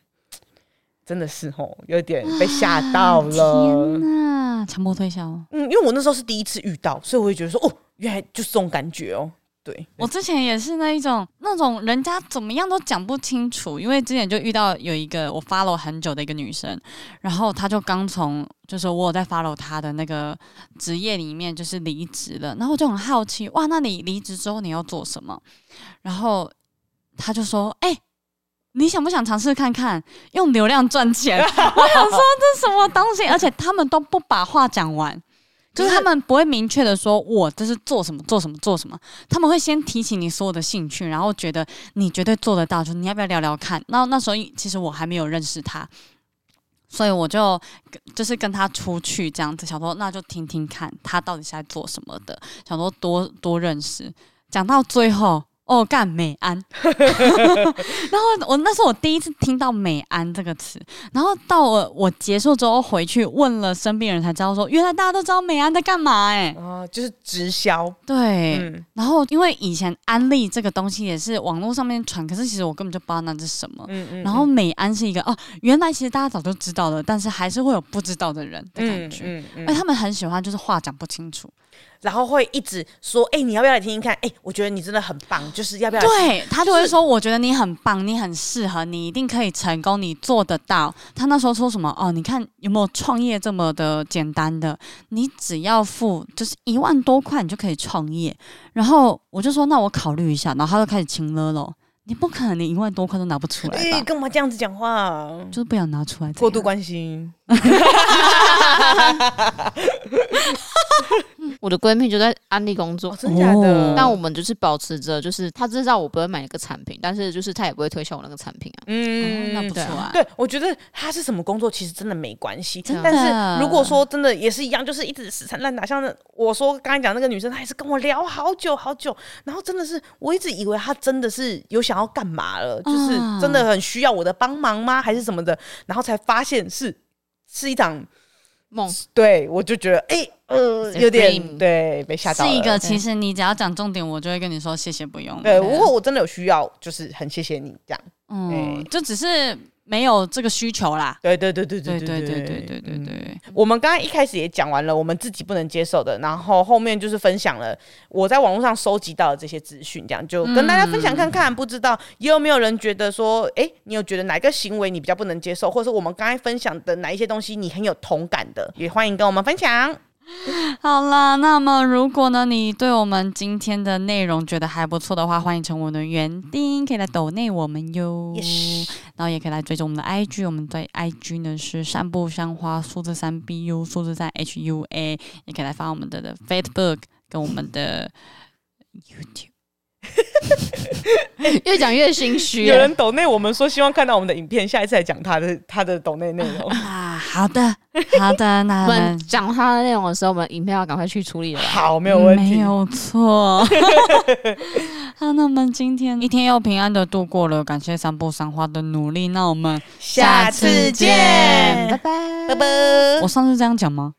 Speaker 3: 真的是吼，有点被吓到了。
Speaker 1: 天哪，强迫推销。
Speaker 3: 嗯，因为我那时候是第一次遇到，所以我会觉得说，哦，原来就是这种感觉哦。对，
Speaker 1: 我之前也是那一种，那种人家怎么样都讲不清楚，因为之前就遇到有一个我 follow 很久的一个女生，然后她就刚从就是我有在 follow 她的那个职业里面就是离职了，然后我就很好奇，哇，那你离职之后你要做什么？然后她就说，哎、你想不想尝试看看用流量赚钱？ 我想说这是什么东西，而且他们都不把话讲完，就是他们不会明确的说我这是做什么做什么做什么，他们会先提起你所有的兴趣，然后觉得你绝对做得到，就你要不要聊聊看？那那时候其实我还没有认识他，所以我就就是跟他出去这样子，想说那就听听看他到底是在做什么的，想说多多认识。讲到最后，哦，干美安， 然后我那是我第一次听到美安这个词，然后到我我结束之后回去问了身边人才知道说，原来大家都知道美安在干嘛哎、
Speaker 3: 啊、就是直销，
Speaker 1: 对，
Speaker 3: 嗯，
Speaker 1: 然后因为以前安利这个东西也是网络上面传，可是其实我根本就不知道那是什么。
Speaker 3: 嗯嗯
Speaker 1: 然后美安是一个哦，原来其实大家早就知道了，但是还是会有不知道的人的感觉。
Speaker 3: 嗯嗯
Speaker 1: 哎，他们很喜欢，就是话讲不清楚。
Speaker 3: 然后会一直说，哎、你要不要来听听看？哎、我觉得你真的很棒，就是要不要来？
Speaker 1: 对他就会说：“我觉得你很棒，你很适合，你一定可以成功，你做得到。”他那时候说什么？哦，你看有没有创业这么的简单的？你只要付就是一万多块，你就可以创业。然后我就说：“那我考虑一下。”然后他就开始亲了咯。你不可能连一万多块都拿不出来
Speaker 3: 哎、
Speaker 1: 吧？
Speaker 3: 干嘛这样子讲话？啊
Speaker 1: 就是不想拿出来。
Speaker 3: 过度关心，
Speaker 2: 我的闺蜜就在安利工作
Speaker 3: 哦，，真假的？
Speaker 1: 哦
Speaker 2: 但我们就是保持着，就是她知道我不会买那个产品，但是就是她也不会推销我那个产品啊。
Speaker 1: 嗯，
Speaker 3: 嗯，
Speaker 1: 那不错啊。
Speaker 3: 对，我觉得他是什么工作其实真的没关系，
Speaker 2: 真的
Speaker 3: 但是如果说真的也是一样，就是一直死缠烂打，像我说刚才讲那个女生，她也是跟我聊好久好久，然后真的是我一直以为她真的是有想要干嘛了，就是
Speaker 1: 啊
Speaker 3: 真的很需要我的帮忙吗，还是什么的，然后才发现是是一场，
Speaker 2: 梦
Speaker 3: 对我就觉得哎、呃
Speaker 2: It's a
Speaker 3: 有点
Speaker 2: dream
Speaker 3: 对被吓到
Speaker 1: 是
Speaker 3: 了，
Speaker 1: 一个，其实你只要讲重点，我就会跟你说谢谢，不用。
Speaker 3: 对，
Speaker 2: 对啊
Speaker 3: 如果我真的有需要，就是很谢谢你这样，
Speaker 1: 嗯
Speaker 3: 对，
Speaker 1: 就只是没有这个需求啦。
Speaker 3: 对对对对
Speaker 1: 对
Speaker 3: 对
Speaker 1: 对对对对对
Speaker 3: 嗯
Speaker 1: 对，
Speaker 3: 我们刚刚一开始也讲完了我们自己不能接受的，然后后面就是分享了我在网络上收集到的这些资讯，这样就跟大家分享看看。不知道也有没有人觉得说，诶，你有觉得哪个行为你比较不能接受，或者是我们刚才分享的哪一些东西你很有同感的，也欢迎跟我们分享。
Speaker 1: 好啦，那么如果呢，你对我们今天的内容觉得还不错的话，欢迎成为我们的园丁，可以来抖内我们哟。
Speaker 3: Yes
Speaker 1: 然后也可以来追踪我们的 IG，我们在 IG 呢是散步香花数字三 BU 数字三 HUA，也可以来发我们的的 Facebook 跟我们的 YouTube。
Speaker 2: 越讲越心虚
Speaker 3: 有
Speaker 2: 了。
Speaker 3: 人抖内我们说希望看到我们的影片，下一次来讲他的他的抖内内容。
Speaker 1: 啊，好的，好的，那我
Speaker 2: 我们
Speaker 1: 们
Speaker 2: 讲他的内容的时候，我们影片要赶快去处理了啦。
Speaker 3: 嗯好，没有问
Speaker 1: 啊
Speaker 3: 题。
Speaker 1: 嗯没有错。好，那我们今天一天又平安的度过了，感谢三步三花的努力。那我们，
Speaker 3: 下
Speaker 1: 下
Speaker 3: 次
Speaker 1: 次
Speaker 3: 见，
Speaker 1: 见
Speaker 2: 拜拜，
Speaker 3: 拜拜。
Speaker 1: 我上次这样讲吗？